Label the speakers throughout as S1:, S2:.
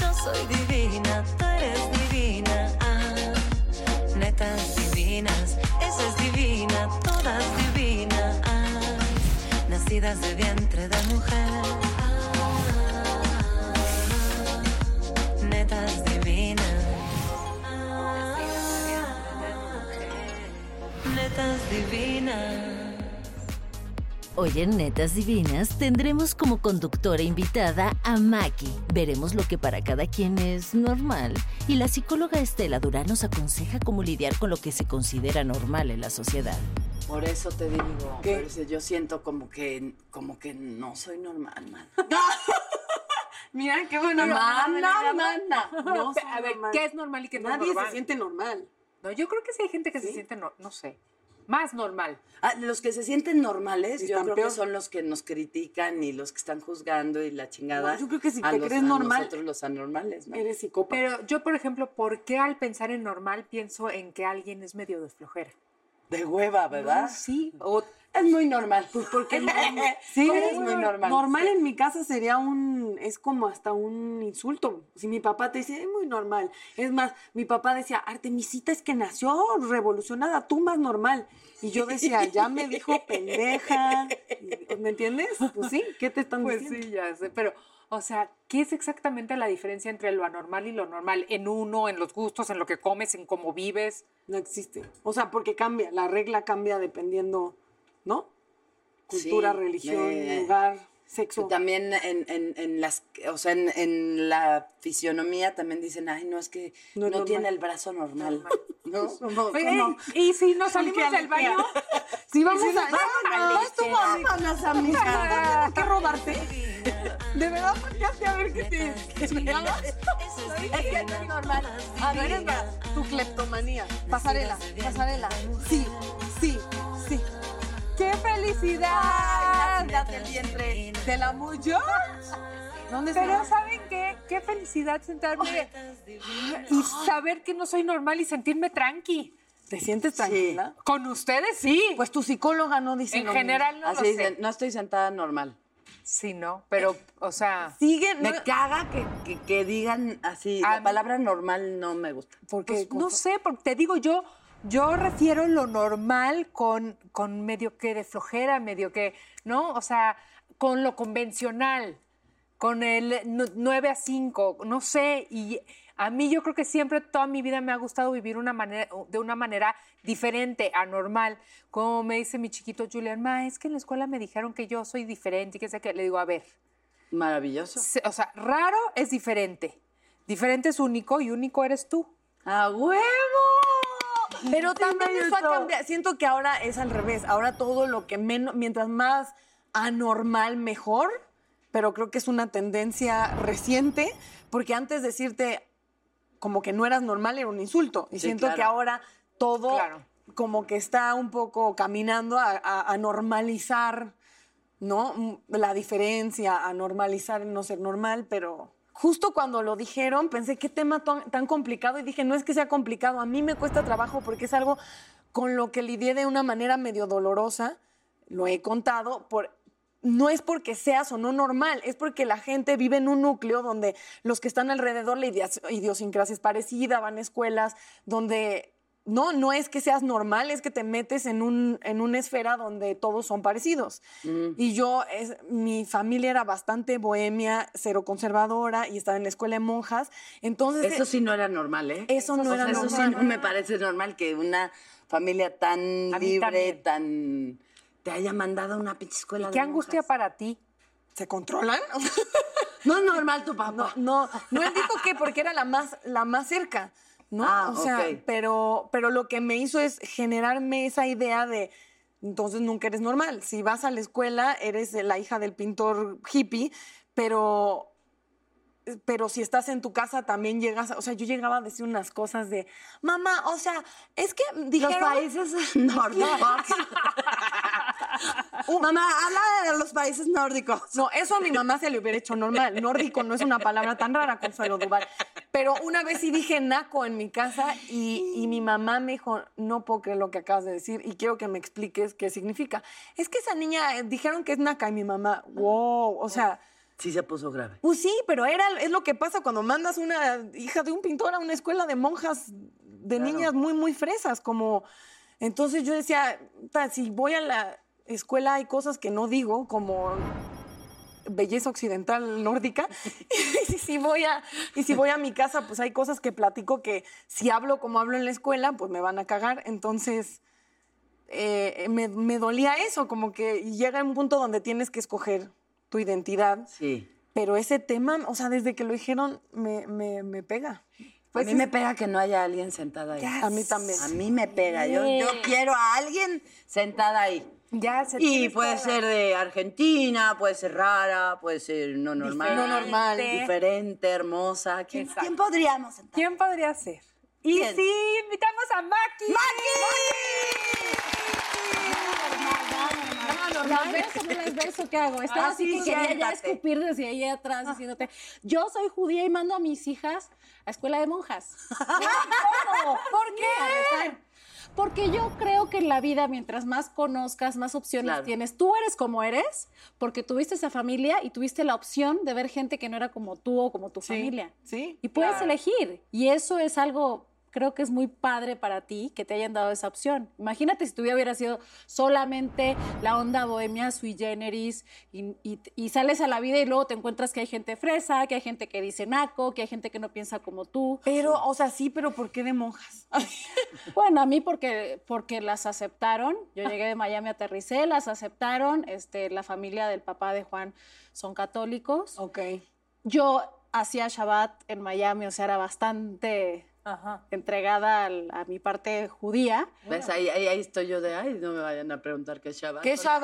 S1: Yo soy divina, tú eres divina. Ah, netas divinas, esa es divina, todas divinas. Ah, nacidas de vientre de mujer. Ah, netas divinas. Ah, netas divinas.
S2: Hoy en Netas Divinas tendremos como conductora invitada a Maki. Veremos lo que para cada quien es normal. Y la psicóloga Estela Durán nos aconseja cómo lidiar con lo que se considera normal en la sociedad.
S3: Por eso te digo, pero si yo siento como que, como que no soy normal, man.
S4: Mira, qué bueno.
S3: Mana, mana. No soy
S4: a ver,
S3: normal.
S4: ¿qué es normal y qué no es
S3: Nadie
S4: normal?
S3: se siente normal.
S4: No, yo creo que sí hay gente que se siente, no, no sé, más normal.
S3: Ah, los que se sienten normales, yo
S4: Están
S3: creo
S4: peor.
S3: que son los que nos critican y los que están juzgando y la chingada.
S4: No, yo creo que si
S3: a
S4: te
S3: los-
S4: crees
S3: a
S4: normal-
S3: nosotros los anormales, ¿no?
S4: Eres psicópata. Pero yo, por ejemplo, ¿por qué al pensar en normal pienso en que alguien es medio de flojera?
S3: De hueva, ¿verdad?
S4: No, sí, o
S3: Es muy normal.
S5: pues, porque no-
S3: sí,
S5: Sí,
S3: es muy normal.
S5: Normal
S3: Sí.
S5: en mi casa sería un, es como hasta un insulto. Si mi papá te dice, es muy normal. Es más, mi papá decía, Artemisita es que nació revolucionada, tú más normal. Y yo decía, ya me dijo pendeja. Y- ¿Me entiendes? Pues sí, ¿qué te están
S4: Pues
S5: diciendo?
S4: sí, ya sé, pero, o sea, ¿qué es exactamente la diferencia entre lo anormal y lo normal? En uno, en los gustos, en lo que comes, en cómo vives.
S5: No existe. O sea, porque cambia, la regla cambia dependiendo, ¿no? Cultura,
S3: Sí,
S5: religión,
S3: eh,
S5: lugar, sexo.
S3: También en, en- en las, o sea, en, en la fisionomía también dicen, ay, no, es que
S5: No
S3: no,
S5: es normal.
S3: tiene el brazo normal. ¿No?
S5: Pues,
S4: Oye, Y si nos salimos
S5: Porque
S4: del baño,
S5: Si vamos
S4: Sí,
S5: a...
S4: sí,
S5: ¡Ah,
S4: ándale,
S5: tú mandanas a mi casa! ¿Por qué robarte? De verdad, volteaste a ver qué te... ¿Qué chingabas? Es que no es normal. A ver, es más, tu cleptomanía. Pasarela, pasarela. Sí, sí, sí. ¡Qué felicidad! Date el vientre. ¿Te la mucho? ¿Dónde
S4: Pero
S5: está?
S4: ¿saben qué? Qué felicidad sentarme y saber que no soy normal y sentirme tranqui.
S5: ¿Te sientes tranquila?
S4: Con ustedes sí.
S5: Pues tu psicóloga no dice
S4: en
S5: lo mismo.
S4: general no
S3: Así
S4: lo sé.
S3: dicen, no estoy sentada normal.
S4: Sí, no, pero o sea,
S5: Sigue... no-
S3: Me caga que, que- que digan así,
S4: A
S3: la
S4: mí-
S3: palabra normal no me gusta.
S5: Porque...
S4: pues, no sé, porque te digo yo yo refiero lo normal con con medio que de flojera, medio que, ¿no? O sea, con lo convencional, con el nu- 9 a 5, no sé, y a mí yo creo que siempre toda mi vida me ha gustado vivir una manera, de una manera diferente, anormal. Como me dice mi chiquito Julian, ma, es que en la escuela me dijeron que yo soy diferente y que sé qué. Le digo, a ver,
S3: Maravilloso.
S4: Se- O sea, raro es diferente. Diferente es único y único eres tú.
S3: ¡A huevo!
S5: Pero
S3: Sí,
S5: también
S3: me
S5: eso ha
S3: gustó.
S5: cambiado. Siento que ahora es al revés. Ahora todo lo que menos, mientras más anormal, mejor. Pero creo que es una tendencia reciente, porque antes decirte como que no eras normal era un insulto. Y
S3: Sí,
S5: siento que
S3: claro.
S5: ahora todo
S4: Claro.
S5: como que está un poco caminando a, a- a normalizar, ¿no? Mm, La diferencia, a normalizar el no ser normal, pero justo cuando lo dijeron pensé, qué tema tan, tan complicado y dije, no es que sea complicado, a mí me cuesta trabajo porque es algo con lo que lidié de una manera medio dolorosa, lo he contado, por, no es porque seas o no normal, es porque la gente vive en un núcleo donde los que están alrededor la idias- idiosincrasia es parecida, van a escuelas, donde no, no es que seas normal, es que te metes en, un, en una esfera donde todos son parecidos. Y yo, es, mi familia era bastante bohemia, cero conservadora y estaba en la escuela de monjas. Entonces,
S3: Eso sí no era normal, ¿eh?
S5: eso no
S3: O
S5: era
S3: sea, eso sí
S5: normal.
S3: no me parece normal que una familia tan
S4: A mí
S3: libre,
S4: también.
S3: tan te haya mandado a una pinche escuela. de
S4: Qué angustia
S3: monjas.
S4: para ti.
S5: ¿Se controlan?
S3: No es normal tu papá.
S5: No, no, no él dijo que porque era la más, la más cerca, ¿no?
S3: Ah,
S5: o sea,
S3: ok.
S5: pero, pero lo que me hizo es generarme esa idea de entonces nunca eres normal. Si vas a la escuela, eres la hija del pintor hippie, pero. Pero si estás en tu casa también llegas, a- o sea, yo llegaba a decir unas cosas de, mamá, o sea, es que
S3: Los
S5: dijeron,
S3: países nórdicos. Mamá, habla de los países nórdicos.
S5: No, eso a mi mamá se le hubiera hecho normal. Nórdico no es una palabra tan rara, Consuelo Duval. Pero una vez sí dije naco en mi casa y, y mi mamá me dijo, no puedo creer lo que acabas de decir y quiero que me expliques qué significa. Es que esa niña, eh, dijeron que es naca y mi mamá, wow, o sea...
S3: Sí se puso grave.
S5: Pues sí, pero era, es lo que pasa cuando mandas una hija de un pintor a una escuela de monjas, de niñas muy, muy fresas, como... Entonces yo decía, "Ta, si voy a la escuela hay cosas que no digo, como belleza occidental nórdica, y si voy a, y si voy a mi casa, pues hay cosas que platico que si hablo como hablo en la escuela, pues me van a cagar. Entonces eh, me, me dolía eso, como que llega un punto donde tienes que escoger tu identidad.
S3: Sí.
S5: Pero ese tema, o sea, desde que lo dijeron, me, me, me pega. Pues
S3: a mí me pega que no haya alguien sentada ahí.
S5: A mí también.
S3: A mí me pega. Yo, yo quiero a alguien sentada ahí.
S4: Ya se
S3: Y
S5: pues,
S3: puede ser de Argentina, puede ser rara, puede ser no normal.
S5: No normal.
S3: Diferente, hermosa. ¿Quién, quién podríamos sentar?
S4: ¿Quién podría ser? Y
S3: ¿Quién?
S4: sí, invitamos a Maki.
S6: ¿Las ves o no las ves o qué hago? Estaba
S3: Ah,
S6: así
S3: sí,
S6: que quería ya
S3: siéntate.
S6: escupir desde ahí atrás diciéndote, yo soy judía y mando a mis hijas a escuela de monjas. ¿Por qué? Porque yo creo que en la vida, mientras más conozcas, más opciones
S3: Claro.
S6: tienes. Tú eres como eres porque tuviste esa familia y tuviste la opción de ver gente que no era como tú o como tu familia.
S5: Sí.
S6: Y puedes elegir. Y eso es algo, creo que es muy padre para ti que te hayan dado esa opción. Imagínate si tu vida hubiera sido solamente la onda bohemia sui generis y, y- y sales a la vida y luego te encuentras que hay gente fresa, que hay gente que dice naco, que hay gente que no piensa como tú.
S5: Pero, o sea, sí, pero ¿por qué de monjas?
S6: Bueno, a mí porque, porque las aceptaron. Yo llegué de Miami, aterricé, las aceptaron. Este, la familia del papá de Juan son católicos.
S5: ok.
S6: Yo hacía Shabbat en Miami, o sea, era bastante
S4: Ajá.
S6: entregada al- a mi parte judía.
S3: ¿Ves? Ahí, ahí, ahí estoy yo de, ay, no me vayan a preguntar qué es Shabbat.
S4: ¿Qué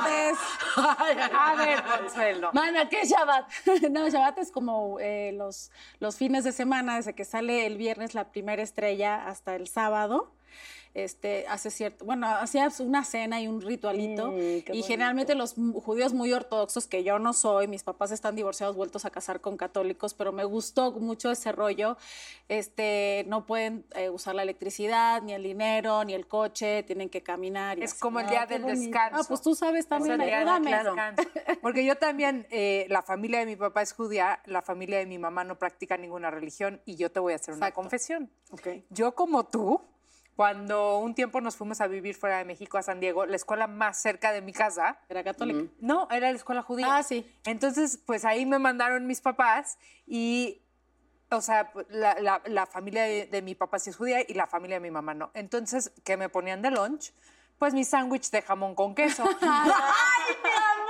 S4: Shabbat? A ver, Consuelo.
S6: Mana, ¿qué es Shabbat? no, Shabbat es como eh, los, los fines de semana, desde que sale el viernes la primera estrella hasta el sábado. Este, hace cierto, bueno, hacías una cena y un ritualito. y generalmente los mu- judíos muy ortodoxos, que yo no soy, mis papás están divorciados, vueltos a casar con católicos, pero me gustó mucho ese rollo. Este, no pueden eh, usar la electricidad, ni el dinero, ni el coche, tienen que caminar. y
S4: Es
S6: así.
S4: como el
S6: Ah,
S4: día
S6: qué
S4: del
S6: bonito.
S4: descanso.
S6: Ah, pues tú sabes también,
S4: Ese día del
S6: ayúdame.
S4: descanso. Porque yo también, eh, la familia de mi papá es judía, la familia de mi mamá no practica ninguna religión y yo te voy a hacer una
S6: Exacto.
S4: confesión.
S5: Ok.
S4: Yo como tú, cuando un tiempo nos fuimos a vivir fuera de México a San Diego, la escuela más cerca de mi casa, Mm.
S6: Era católica.
S4: no, era la escuela judía.
S6: Ah, sí.
S4: Entonces, pues ahí me mandaron mis papás y, o sea, pues, la, la- la familia de, de mi papá sí es judía y la familia de mi mamá no. Entonces, ¿qué me ponían de lunch? Pues mi sándwich de jamón con queso.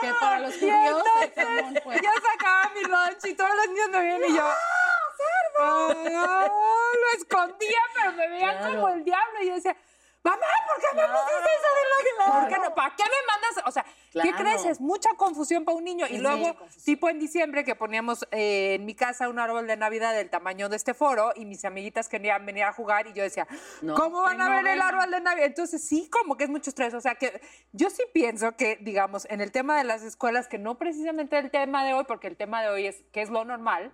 S6: Que para los
S4: Y
S6: judíos el
S4: entonces,
S6: jamón, pues.
S4: Yo sacaba mi lunch y todos los niños me veían y yo. ¡Ah, lo escondía, pero me veían como el diablo. Y yo decía, mamá, ¿por qué me pusiste eso de lunch? ¿Por qué no? ¿Para qué me mandas? O sea, ¿qué
S3: Claro.
S4: crees? Es mucha confusión para un niño. Y luego, tipo en diciembre, que poníamos eh, en mi casa un árbol de Navidad del tamaño de este foro y mis amiguitas querían venir a jugar y yo decía,
S3: No,
S4: ¿cómo van a
S3: no
S4: ver el
S3: vengan.
S4: árbol de Navidad? Entonces, sí, como que es mucho estrés. O sea, que yo sí pienso que, digamos, en el tema de las escuelas, que no precisamente el tema de hoy, porque el tema de hoy es qué es lo normal.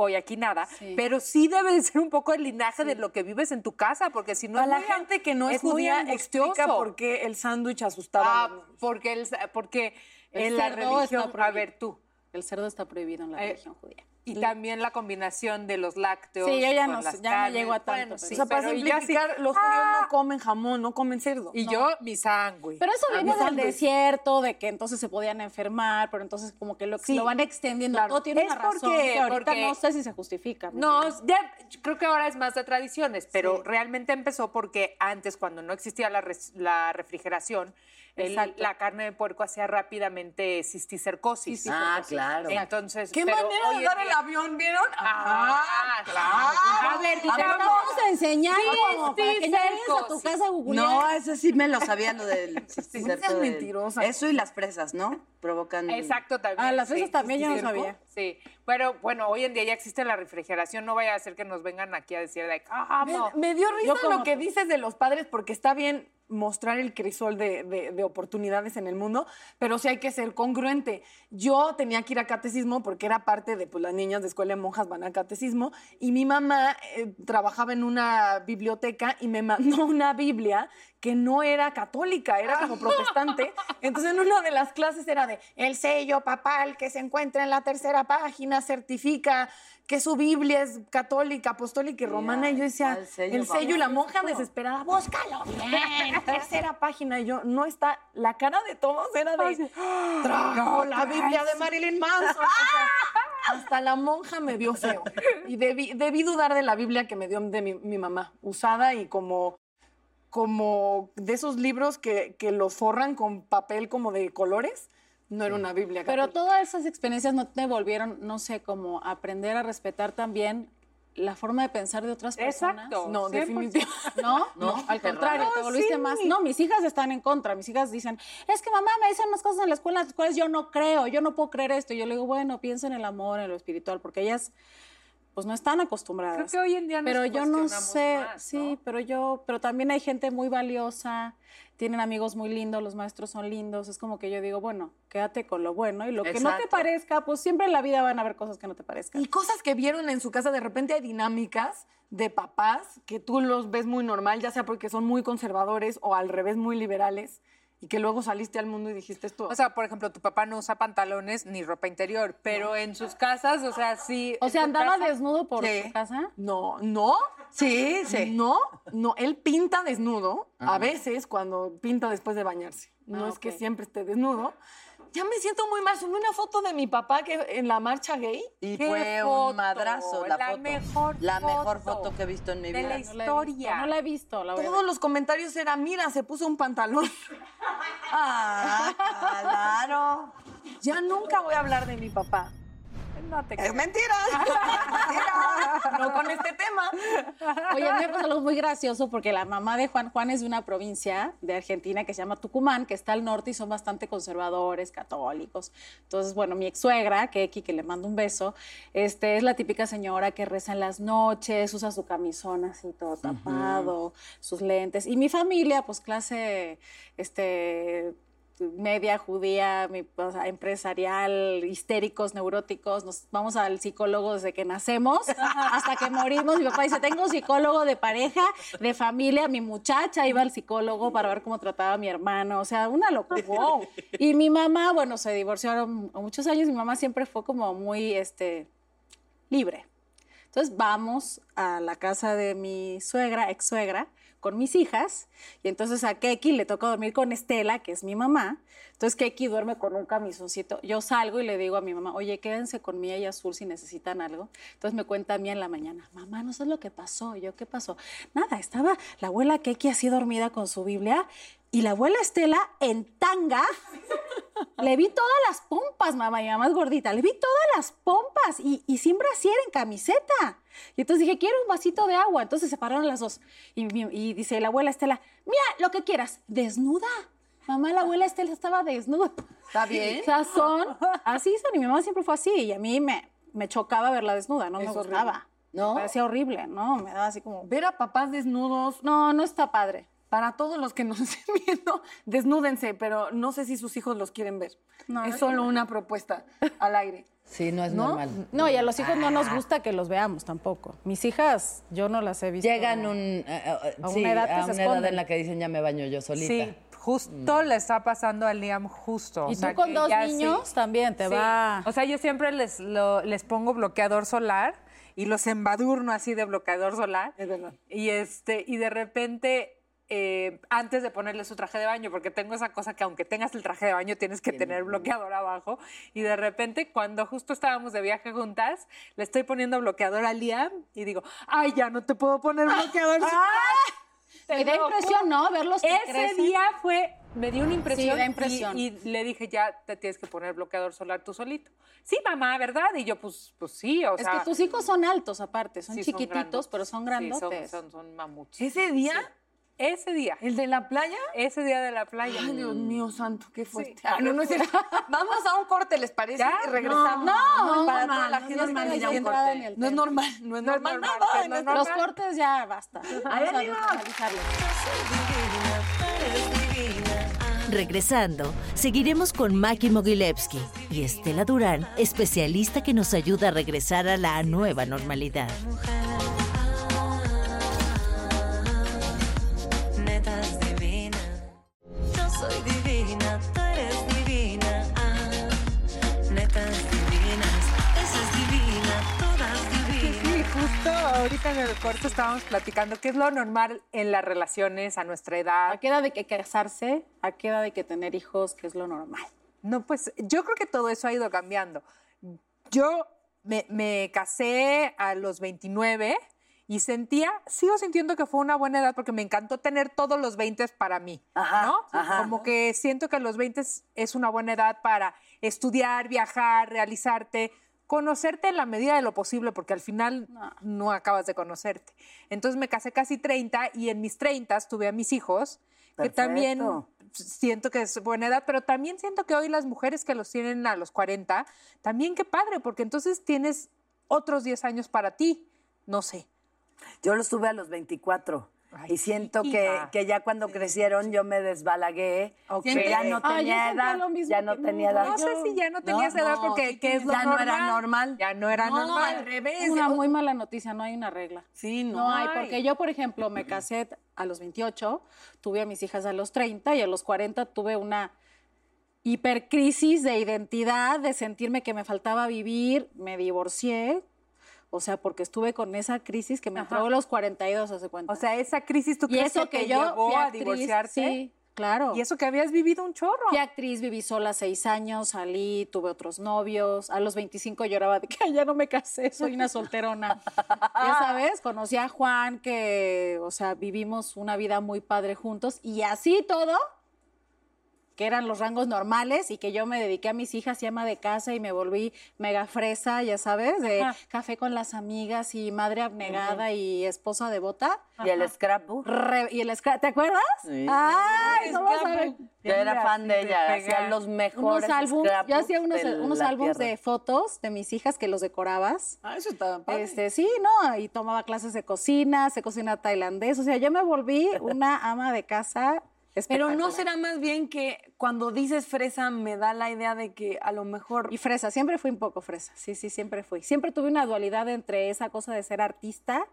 S4: Hoy aquí nada,
S6: Sí.
S4: pero sí debe de ser un poco el linaje de lo que vives en tu casa, porque si no
S5: a
S4: es
S5: la
S4: muy
S5: gente que no es,
S4: muy
S5: judía explica
S4: angustioso.
S5: por qué el sándwich asustaba a
S4: Ah,
S5: los niños.
S4: porque, el- porque
S6: El
S4: en la
S6: cerdo está
S4: religión. A
S6: prohibido.
S4: ver, tú.
S6: El cerdo está prohibido en la
S4: Eh,
S6: religión judía.
S4: Y también la combinación de los lácteos.
S6: Sí, yo ya
S4: con
S6: no
S4: las
S6: sé, ya no
S4: carnes.
S6: llego a tanto,
S4: Bueno,
S6: pero-
S4: sí,
S5: o sea, para
S4: pero yo sí- Ah.
S5: simplificar, los judíos no comen jamón, no comen cerdo.
S4: Y yo, mi sándwich.
S6: Pero eso
S5: Ah,
S6: viene
S5: pues,
S6: del
S5: antes.
S6: desierto, de que entonces se podían enfermar, pero entonces como que lo,
S5: Sí,
S6: lo van extendiendo.
S5: claro.
S6: Todo tiene
S4: Es
S6: una razón
S4: porque-
S6: que ahorita
S4: porque-
S6: no sé si se justifica.
S4: No, ya, creo que ahora es más de tradiciones, pero realmente empezó porque antes, cuando no existía la, res- la refrigeración, el-
S6: Exacto.
S4: la carne de puerco hacía rápidamente cisticercosis.
S3: Ah, claro.
S4: Entonces,
S5: ¿Qué
S4: pero
S5: manera
S4: hoy
S5: de
S4: en
S5: dar
S4: día-
S5: el avión, vieron?
S4: Ah,
S5: claro.
S4: A ver,
S5: A ver,
S4: digamos-
S6: vamos a enseñar
S4: Sí,
S6: como para que
S4: sí,
S6: ya llegues a tu
S4: cerco, sí.
S6: casa a googlear.
S3: No, eso sí me lo sabía lo del. sí,
S5: seas
S3: cierto, del-
S5: mentirosa.
S3: Eso y las presas, ¿no? Provocan.
S4: Exacto, también.
S6: Ah, las
S4: sí.
S6: fresas también yo no
S4: ¿Cierto?
S6: sabía.
S4: Sí, pero bueno, hoy en día ya existe la refrigeración, no vaya a ser que nos vengan aquí a decir, like, ah,
S5: Me,
S4: no.
S5: me dio risa
S6: como
S5: lo que dices de los padres, porque está bien mostrar el crisol de, de- de oportunidades en el mundo, pero sí hay que ser congruente. Yo tenía que ir a catecismo porque era parte de, pues las niñas de escuela de monjas van a catecismo, y mi mamá eh, trabajaba en una biblioteca y me mandó una Biblia que no era católica, era como protestante. Entonces en una de las clases era de, el sello papal que se encuentra en la tercera página certifica que su Biblia es católica, apostólica y romana. Y yo decía,
S3: ¿cuál sello
S5: el sello y la monja desesperada, búscalo bien, tercera página. Y yo, no está, la cara de todos era de, trajo la Biblia de Marilyn Manson. O sea, hasta la monja me vio feo. Y debí, debí dudar de la Biblia que me dio de mi, mi mamá, usada y como como de esos libros que, que los forran con papel como de colores, no era una Biblia.
S6: Pero
S5: católica.
S6: todas esas experiencias no te volvieron, no sé, como aprender a respetar también la forma de pensar de otras personas.
S4: Exacto.
S5: No,
S4: 100%.
S5: definitivamente.
S6: ¿No?
S3: No,
S6: No, al
S3: qué
S6: contrario,
S3: raro.
S6: te volviste
S5: sí.
S6: más. No, mis hijas están en contra. Mis hijas dicen, es que mamá me dicen unas cosas en la escuela, en las cuales yo no creo, yo no puedo creer esto. Y yo le digo, bueno, piensa en el amor, en lo espiritual, porque ellas, pues no están
S4: Creo
S6: acostumbradas.
S4: que hoy en día nos
S6: pero yo no
S4: cuestionamos
S6: sé,
S4: más, ¿no?
S6: sí, pero yo, pero también hay gente muy valiosa, tienen amigos muy lindos, los maestros son lindos, es como que yo digo, bueno, quédate con lo bueno y lo que no te
S3: Exacto.
S6: parezca, pues siempre en la vida van a haber cosas que no te parezcan.
S5: Y cosas que vieron en su casa, de repente hay dinámicas de papás que tú los ves muy normal, ya sea porque son muy conservadores o al revés muy liberales, y que luego saliste al mundo y dijiste esto.
S4: O sea, por ejemplo, tu papá no usa pantalones ni ropa interior, pero en sus casas, o sea, sí.
S6: O
S4: en
S6: sea,
S4: tu
S6: andaba
S4: casa-
S6: desnudo por
S3: Sí.
S6: tu casa.
S5: no, no,
S3: Sí, sí.
S5: no, no, él pinta desnudo, a veces cuando pinta después de bañarse. No
S6: Ah,
S5: es que
S6: ok.
S5: siempre esté desnudo. Ya me siento muy mal. Subí una foto de mi papá que en la marcha gay.
S3: Y
S4: ¡Qué
S3: fue
S4: foto!
S3: un madrazo la,
S4: La
S3: foto.
S4: mejor
S3: La mejor
S4: foto
S3: foto que he visto en mi
S4: de
S3: vida.
S4: la
S6: No la he visto,
S4: historia.
S6: No la he visto, la verdad.
S5: Todos los comentarios eran, mira, se puso un pantalón.
S3: Ah, claro.
S5: Ya nunca voy a hablar de mi papá.
S4: No te
S3: Es
S4: creo.
S3: mentira.
S5: No con este tema.
S6: Oye, a mí me pasó algo muy gracioso porque la mamá de Juan Juan es de una provincia de Argentina que se llama Tucumán, que está al norte y son bastante conservadores, católicos. Entonces, bueno, mi ex suegra, Keki, que le mando un beso, este, es la típica señora que reza en las noches, usa su camisón así todo tapado, sus lentes. Y mi familia, pues clase, este media judía, mi- o sea, empresarial, histéricos, neuróticos, nos vamos al psicólogo desde que nacemos hasta que morimos. Mi papá dice, tengo un psicólogo de pareja, de familia, mi muchacha iba al psicólogo para ver cómo trataba a mi hermano, o sea, una locura. Y mi mamá, bueno, se divorciaron a muchos años, mi mamá siempre fue como muy, este, libre. Entonces vamos a la casa de mi suegra, ex suegra, con mis hijas. Y entonces a Keki le toca dormir con Estela, que es mi mamá. Entonces Keki duerme con un camisoncito. Yo salgo y le digo a mi mamá, oye, quédense con Mía y Azul si necesitan algo. Entonces me cuenta Mía en la mañana, mamá, no sé lo que pasó. Y yo, ¿qué pasó? Nada, estaba la abuela Keki así dormida con su Biblia y la abuela Estela en tanga. Le vi todas las pompas, mamá, mi mamá es gordita, le vi todas las pompas y, y sin brasier en camiseta. Y entonces dije, quiero un vasito de agua. Entonces se pararon las dos. Y, mi- y dice la abuela Estela, mira, lo que quieras, desnuda. Mamá, la abuela Estela estaba desnuda.
S3: ¿Está bien?
S6: Sazón, así son, y mi mamá siempre fue así, y a mí me, me chocaba verla desnuda, no me
S5: Es horrible.
S6: gustaba.
S3: ¿No?
S6: Me parecía horrible, ¿no? Me daba así como...
S5: Ver a papás desnudos,
S6: No, no está padre.
S5: para todos los que nos estén viendo, desnúdense, pero no sé si sus hijos los quieren ver.
S6: No,
S5: es
S6: no.
S5: solo una propuesta al aire.
S7: Sí, no es
S5: ¿No?
S7: normal.
S6: No, y a los hijos no nos gusta que los veamos tampoco. Mis hijas, yo no las he visto.
S7: Llegan un, a,
S3: eh,
S6: a una edad que
S7: a
S6: se
S7: una edad
S6: esconden.
S7: en la que dicen ya me baño yo solita.
S5: Sí,
S4: Justo le está pasando a Liam justo. o
S6: Y
S4: sea
S6: tú con
S4: que
S6: dos
S4: ya sí.
S6: niños también te
S4: Sí.
S6: va.
S4: O sea, yo siempre les, lo- les pongo bloqueador solar y los embadurno así de bloqueador solar.
S5: Es verdad.
S4: Y, este, y de repente, eh, antes de ponerle su traje de baño, porque tengo esa cosa que aunque tengas el traje de baño, tienes que tener bloqueador abajo. Y de repente, cuando justo estábamos de viaje juntas, le estoy poniendo bloqueador a Liam y digo, ay, ya no te puedo poner bloqueador
S5: Ah,
S4: solar.
S6: Y da impresión, ¿no? Verlos que
S4: Ese
S6: crecen.
S4: día fue, me dio una impresión,
S6: eh? da impresión.
S4: Y, y le dije, ya te tienes que poner bloqueador solar tú solito. Sí, mamá, ¿verdad? Y yo, pues, pues sí, o
S6: Es
S4: sea.
S6: que tus hijos son altos aparte, son
S4: sí
S6: chiquititos,
S4: grandotes.
S6: pero son
S4: Sí,
S6: grandotes.
S4: son- son, son mamuts.
S5: ¿Ese día?
S4: Ese día,
S5: ¿El de la playa?
S4: ese día de la playa.
S5: Ay, Dios mío santo, qué fuerte. Ah, no, no es cierto. Vamos a un corte, ¿les parece?
S4: ¿Ya?
S5: Y regresamos.
S6: No, no,
S5: para
S6: no,
S5: toda la
S6: no,
S5: gente
S6: no es
S5: que
S6: normal,
S5: está
S6: ya
S5: viendo.
S6: entrada en el
S5: No es
S6: tema.
S5: normal, no es normal,
S4: normal,
S5: nada.
S4: que no es
S5: en este-
S4: normal.
S6: Los cortes ya basta. Vamos a
S5: arriba.
S6: normalizarlo.
S2: Regresando, seguiremos con Maki Mogilevsky y Estela Durán, especialista que nos ayuda a regresar a la nueva normalidad.
S1: Netas divinas. Yo soy divina, tú eres divina. Ah, netas divinas. Esa es divina, todas
S4: Sí,
S1: divinas.
S4: sí, justo ahorita en el corto estábamos platicando qué es lo normal en las relaciones a nuestra edad.
S6: ¿A qué edad de que casarse? ¿A qué edad de que tener hijos? Que es lo normal.
S4: No, pues yo creo que todo eso ha ido cambiando. Yo me, me casé a los 29 y sentía, sigo sintiendo que fue una buena edad porque me encantó tener todos los 20 para mí,
S5: Ajá,
S4: ¿no?
S5: ajá.
S4: Como que siento que los 20 es una buena edad para estudiar, viajar, realizarte, conocerte en la medida de lo posible porque al final no,
S6: No.
S4: acabas de conocerte. Entonces me casé casi 30 y en mis 30 tuve a mis hijos que también
S5: Perfecto.
S4: siento que es buena edad, pero también siento que hoy las mujeres que los tienen a los 40, también qué padre, porque entonces tienes otros 10 años para ti, no sé.
S7: Yo los tuve a los 24.
S4: Ay,
S7: y siento
S4: sí,
S7: que,
S4: hija.
S7: que ya cuando crecieron yo me desbalagué.
S4: Ok.
S7: que Ya no
S6: Ay, yo
S7: tenía
S6: sentía
S7: edad.
S6: lo mismo
S7: Ya
S6: que
S7: no
S6: no,
S7: tenía edad.
S4: No sé si ya no tenías edad
S5: no,
S4: porque
S5: sí
S4: ¿qué es lo
S7: ya no era normal.
S4: Ya no era
S5: No,
S4: normal.
S5: al revés.
S6: Es una muy mala noticia, no hay una regla.
S5: Sí, no.
S6: No hay,
S4: hay.
S6: porque yo, por ejemplo, me casé a los 28, tuve a mis hijas a los 30 y a los 40 tuve una hipercrisis de identidad, de sentirme que me faltaba vivir, me divorcié, o sea, porque estuve con esa crisis que me entró a los 42, hace cuenta.
S4: O sea, esa crisis tú
S6: y
S4: crees
S6: eso
S4: que,
S6: que
S4: te
S6: yo
S4: llevó
S6: fui
S4: a
S6: actriz,
S4: divorciarte
S6: sí, claro.
S4: y eso que habías vivido un chorro.
S6: Fui actriz, viví sola seis años, salí, tuve otros novios. A los 25 lloraba de que ya no me casé, soy una solterona. ya sabes, conocí a Juan, que, o sea, vivimos una vida muy padre juntos y así todo, que eran los rangos normales y que yo me dediqué a mis hijas y ama de casa y me volví mega fresa, ya sabes, de café con las amigas y madre abnegada y esposa devota.
S7: Y el scrapbook.
S6: Re- y el scratch, ¿te acuerdas?
S7: Sí.
S6: ¡Ay! ¿Cómo saben?
S7: Yo era
S4: Mira,
S7: fan de
S4: sí te
S7: ella.
S4: pega.
S7: Hacía los mejores
S6: unos álbumes, yo
S7: scrapbooks
S6: hacía unos,
S7: de
S6: unos
S7: la
S6: álbumes
S7: tierra.
S6: de fotos de mis hijas que los decorabas.
S5: Ah, eso está padre.
S6: Este, sí, no, y tomaba clases de cocina, se cocina tailandés, o sea, yo me volví una ama de casa.
S5: Pero no
S6: espectacular.
S5: será más bien que cuando dices fresa me da la idea de que a lo mejor
S6: Y fresa, siempre fui un poco fresa, sí, sí, siempre fui. Siempre tuve una dualidad entre esa cosa de ser artista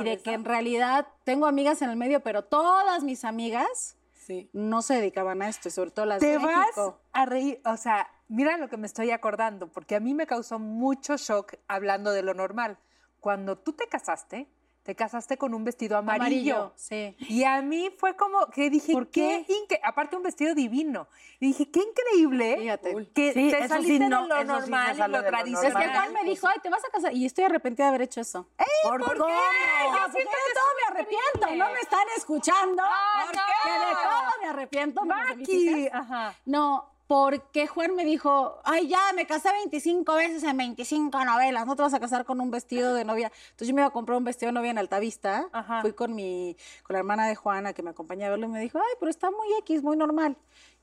S6: y de que en realidad tengo amigas en el medio, pero todas mis amigas
S5: sí.
S6: no se dedicaban a esto, y sobre todo las
S4: Te
S6: de
S4: vas
S6: México.
S4: a reír, o sea, mira lo que me estoy acordando, porque a mí me causó mucho shock hablando de lo normal. Cuando tú te casaste, te casaste con un vestido amarillo.
S6: sí.
S4: Y a mí fue como que dije,
S6: ¿Por
S4: qué? inque- Aparte un vestido divino. Y dije, qué increíble
S6: Fíjate. Uy.
S4: que
S7: Sí,
S4: te
S7: eso
S4: saliste
S7: sí no-
S4: de lo
S7: eso sí me
S4: normal y
S7: sale
S4: lo
S7: de lo
S4: tradicional.
S6: Es que
S7: normal.
S6: Juan me dijo, ay, te vas a casar. Y estoy arrepentida de haber hecho eso. ¡Ey,
S7: ¿Por, cómo?
S6: yo
S4: siento que
S6: todo me arrepiento. No me están escuchando.
S4: Ay, no.
S6: Que de todo me arrepiento. menos de mis
S4: Maki,
S6: hijas.
S4: ajá.
S6: No, porque Juan me dijo, ay, ya, me casé 25 veces en 25 novelas, no te vas a casar con un vestido de novia. Entonces yo me iba a comprar un vestido de novia en Altavista,
S4: Ajá.
S6: fui con mi, con la hermana de Juana que me acompañaba a verlo y me dijo, ay, pero está muy X, muy normal.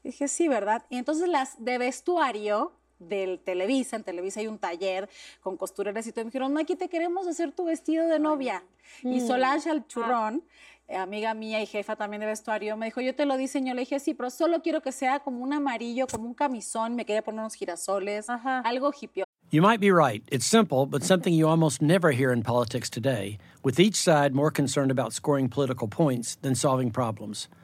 S6: Y dije, sí, ¿verdad? Y entonces las de vestuario del Televisa, en Televisa hay un taller con costureras y todo, y me dijeron, aquí te queremos hacer tu vestido de novia. Y Solange
S4: Ah.
S6: al churrón, eh, amiga mía y jefa también de vestuario, me dijo, yo te lo diseño. Le dije, sí, pero solo quiero que sea como un amarillo, como un camisón. Me quería poner unos girasoles, algo hippie.
S8: You might be right. It's simple, but something you almost never hear in politics today, with each side more concerned about scoring political points than solving problems.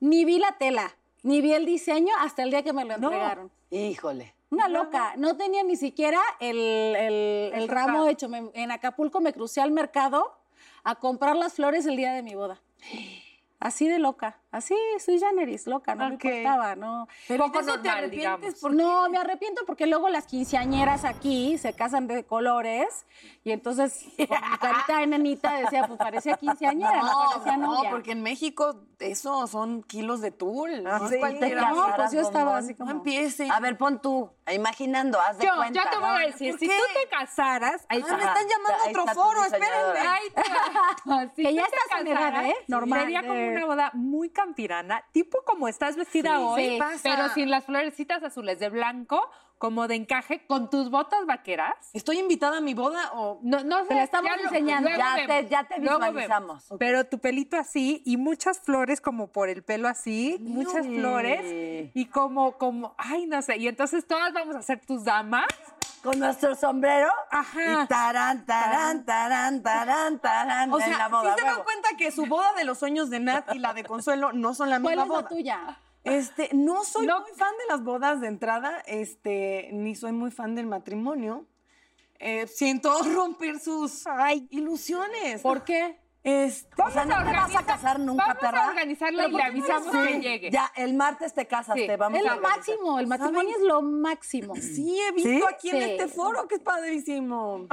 S6: Ni vi la tela, ni vi el diseño hasta el día que me lo entregaron.
S9: Híjole.
S6: Una loca, no tenía ni siquiera el, el- el ramo hecho. Me- en Acapulco me crucé al mercado a comprar las flores el día de mi boda. Así de loca, así soy Janeris, loca, no me importaba, no.
S4: Pero
S6: ¿Y de
S4: poco
S6: eso
S4: normal, digamos.
S6: porque- No, me arrepiento porque luego las quinceañeras aquí se casan de colores y entonces con mi carita de nenita decía, pues parecía quinceañera, no,
S5: No,
S6: parecía
S5: no,
S6: novia.
S5: porque en México eso son kilos de tul.
S9: Ah,
S5: no
S9: sí,
S5: cualquiera.
S9: no, pues yo estaba
S5: bombón.
S9: así como-
S5: No empiece.
S9: A ver, pon tú, imaginando, haz de
S4: Yo,
S9: cuenta.
S4: yo te voy a decir, si tú te casaras... Ahí
S5: Ah, me están llamando
S9: Ahí
S5: a otro
S9: está tu
S5: foro,
S9: diseñadora.
S5: espérenme.
S4: Ay, te-
S6: Que
S4: tú
S6: ya
S4: te
S6: estás en edad,
S4: casaras,
S6: ¿eh? Normal.
S4: Sería como
S6: Eh.
S4: una boda muy campirana, tipo como estás vestida
S5: Sí,
S4: hoy,
S5: sí, pasa.
S4: pero sin las florecitas azules de blanco, como de encaje, con tus botas vaqueras.
S5: ¿Estoy invitada a mi boda o...?
S4: No, no sé.
S6: Te la estamos
S4: lo-
S6: enseñando.
S4: luego
S9: Ya te-
S4: vemos,
S9: ya te
S4: luego vemos.
S9: visualizamos. Ok.
S4: Pero tu pelito así y muchas flores como por el pelo así, muchas flores y como, como, ay, no sé. Y entonces todas vamos a ser tus damas.
S9: Con nuestro sombrero.
S4: Ajá.
S9: Y tarán, tarán, tarán, tarán, tarán.
S5: O
S9: en
S5: sea,
S9: la boda,
S5: ¿sí se dan
S9: huevo.
S5: cuenta que su boda de los sueños de Nat y la de Consuelo no son la
S6: ¿Cuál
S5: misma
S6: es la
S5: boda?
S6: tuya?
S5: Este, no soy
S4: No.
S5: muy fan de las bodas de entrada, este, ni soy muy fan del matrimonio. Eh, siento romper sus ilusiones.
S6: ¿Por qué?
S5: Este,
S9: O sea, no te vas a casar nunca,
S4: vamos
S9: perra.
S4: a organizarla
S9: Pero
S4: y
S9: ¿por
S4: le
S9: qué no
S4: avisamos
S9: eres-
S4: que
S9: Sí,
S4: llegue.
S9: Ya, el martes te casas,
S4: Sí,
S9: te vamos
S6: Es
S9: a
S6: lo
S9: organizar.
S6: máximo, el matrimonio es lo máximo.
S5: sí, he visto
S9: ¿Sí?
S5: aquí en
S6: Sí.
S5: este foro que es padrísimo.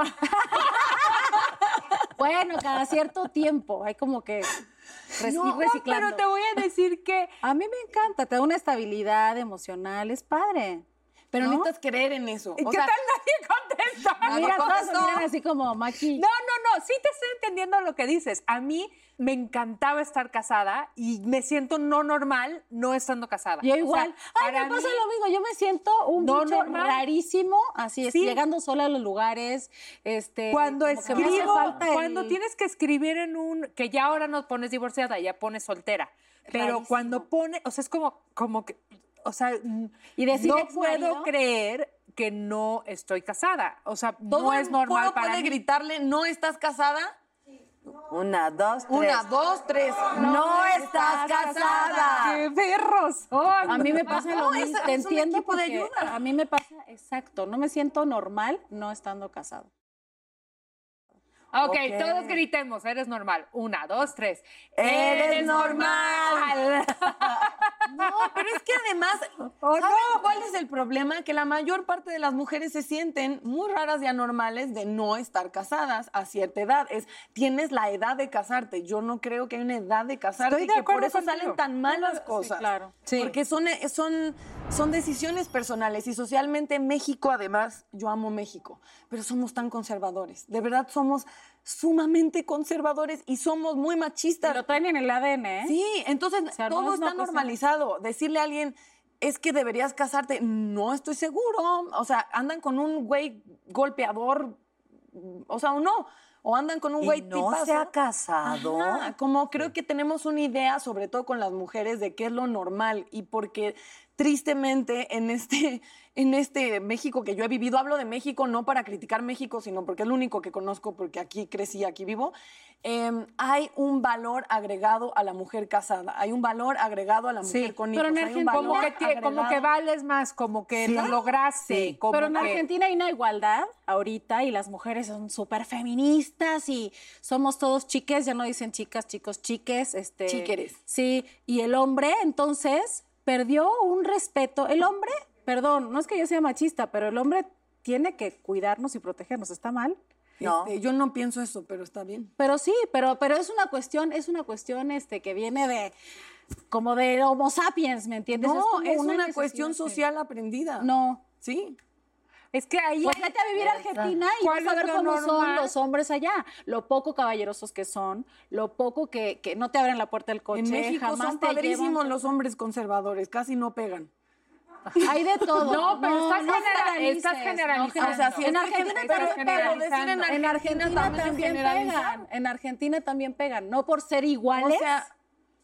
S6: Bueno, cada cierto tiempo hay como que res- ir reciclando.
S4: pero te voy a decir que
S6: A mí me encanta, te da una estabilidad emocional, es padre.
S5: Pero
S6: ¿No?
S5: necesitas creer en eso.
S4: ¿Y
S5: O
S4: ¿Qué
S5: sea,
S4: tal nadie contesta?
S6: Mira, todas
S5: contestó.
S6: miran así como Maki.
S4: No, no, no, sí te estoy entendiendo lo que dices. A mí me encantaba estar casada y me siento no normal no estando casada.
S6: Yo
S4: O sea,
S6: igual.
S4: para
S6: Ay, me pasa
S4: mí-
S6: lo mismo. Yo me siento un
S4: No,
S6: bicho
S4: normal.
S6: rarísimo, así es,
S4: Sí.
S6: llegando sola a los lugares. Este,
S4: Cuando
S6: como que me hace
S4: escribo,
S6: falta el-
S4: cuando tienes que escribir en un, que ya ahora no pones divorciada, ya pones soltera. Pero
S6: Rarísimo.
S4: cuando pone, o sea, es como, como que, o sea, n-
S6: Y decir
S4: no
S6: ex marido.
S4: puedo creer que no estoy casada. O sea,
S5: todo
S4: no
S5: el
S4: es normal
S5: foro
S4: para
S5: puede
S4: mí.
S5: gritarle, no estás casada.
S9: Una, dos, tres.
S5: Una, dos, tres.
S9: No, estás casada.
S4: ¡Qué perros son!
S6: A mí me pasa lo
S5: No, es-
S6: mismo. Te
S5: es un
S6: entiendo
S5: equipo de
S6: porque
S5: ayuda.
S6: a mí me pasa exacto. No me siento normal no estando casado.
S4: Ah, Ok,
S9: Ok.
S4: todos gritemos, eres normal. Una, dos, tres.
S9: Eres normal.
S5: No, pero es que además, ¿saben cuál es el problema? Que la mayor parte de las mujeres se sienten muy raras y anormales de no estar casadas a cierta edad. Es, tienes la edad de casarte. Yo no creo que hay una edad de casarte
S4: Estoy
S5: y
S4: de
S5: que por
S4: acuerdo
S5: eso
S4: contigo.
S5: salen tan mal las cosas.
S6: claro.
S4: Sí.
S5: Porque son, eh, son, son decisiones personales y socialmente México, además, yo amo México, pero somos tan conservadores. De verdad, somos sumamente conservadores y somos muy machistas.
S6: Lo traen en el ADN, ¿eh?
S5: Sí, entonces
S6: O sea, no
S5: todo
S6: es
S5: está
S6: una cuestión-
S5: normalizado. Decirle a alguien, es que deberías casarte, no estoy seguro. O sea, andan con un güey golpeador, o sea, o no. O andan con un
S9: Y
S5: güey
S9: no
S5: tipazo.
S9: se ha casado.
S5: Ajá, como creo que tenemos una idea, sobre todo con las mujeres, de qué es lo normal. Y porque tristemente en este, en este México que yo he vivido, hablo de México no para criticar México, sino porque es lo único que conozco, porque aquí crecí, aquí vivo, eh, hay un valor agregado a la mujer casada, hay un valor agregado a la mujer con hijos.
S4: pero en
S5: hay un
S4: Argentina
S5: valor
S4: como que, tie- como que
S5: agregado.
S4: vales más, como que lo
S5: Sí.
S4: lograste.
S5: Sí.
S4: como
S6: este, Pero en
S4: que-
S6: Argentina hay una igualdad ahorita y las mujeres son súper feministas y somos todos chiques, ya no dicen chicas, chicos, chiques. Este,
S5: Chiqueres.
S6: Sí, y el hombre entonces perdió un respeto. El hombre, perdón, no es que yo sea machista, pero el hombre tiene que cuidarnos y protegernos, ¿está mal?
S5: Este, yo no pienso eso, pero está bien.
S6: Pero sí, pero, pero es una cuestión, es una cuestión este, que viene de como de Homo sapiens, ¿me entiendes?
S5: No,
S6: como
S5: es una,
S6: necesidad
S5: cuestión
S6: que-
S5: social aprendida.
S6: No.
S5: Sí.
S4: Es que ahí.
S6: Pues vete a vivir a Argentina y
S4: ¿Cuál
S6: vas a
S4: es
S6: ver
S4: lo
S6: cómo son
S4: normal?
S6: los hombres allá. Lo poco caballerosos que son, lo poco que, que no te abren la puerta del coche.
S5: En México
S6: jamás
S5: son
S6: te llevan-
S5: padrísimos los hombres conservadores, casi no pegan.
S6: Hay de todo.
S4: No, pero estás genera-
S6: generalices,
S4: estás
S6: no
S4: generalizando.
S5: O sea, sí,
S6: en
S5: estoy
S6: Argentina
S5: gen-
S6: también
S5: pero- pero decir
S6: pegan.
S5: en
S6: En
S5: Argentina
S6: Argentina
S5: también es
S6: también
S5: generalizar.
S6: pegan. En Argentina también pegan. No por ser iguales.
S5: O sea,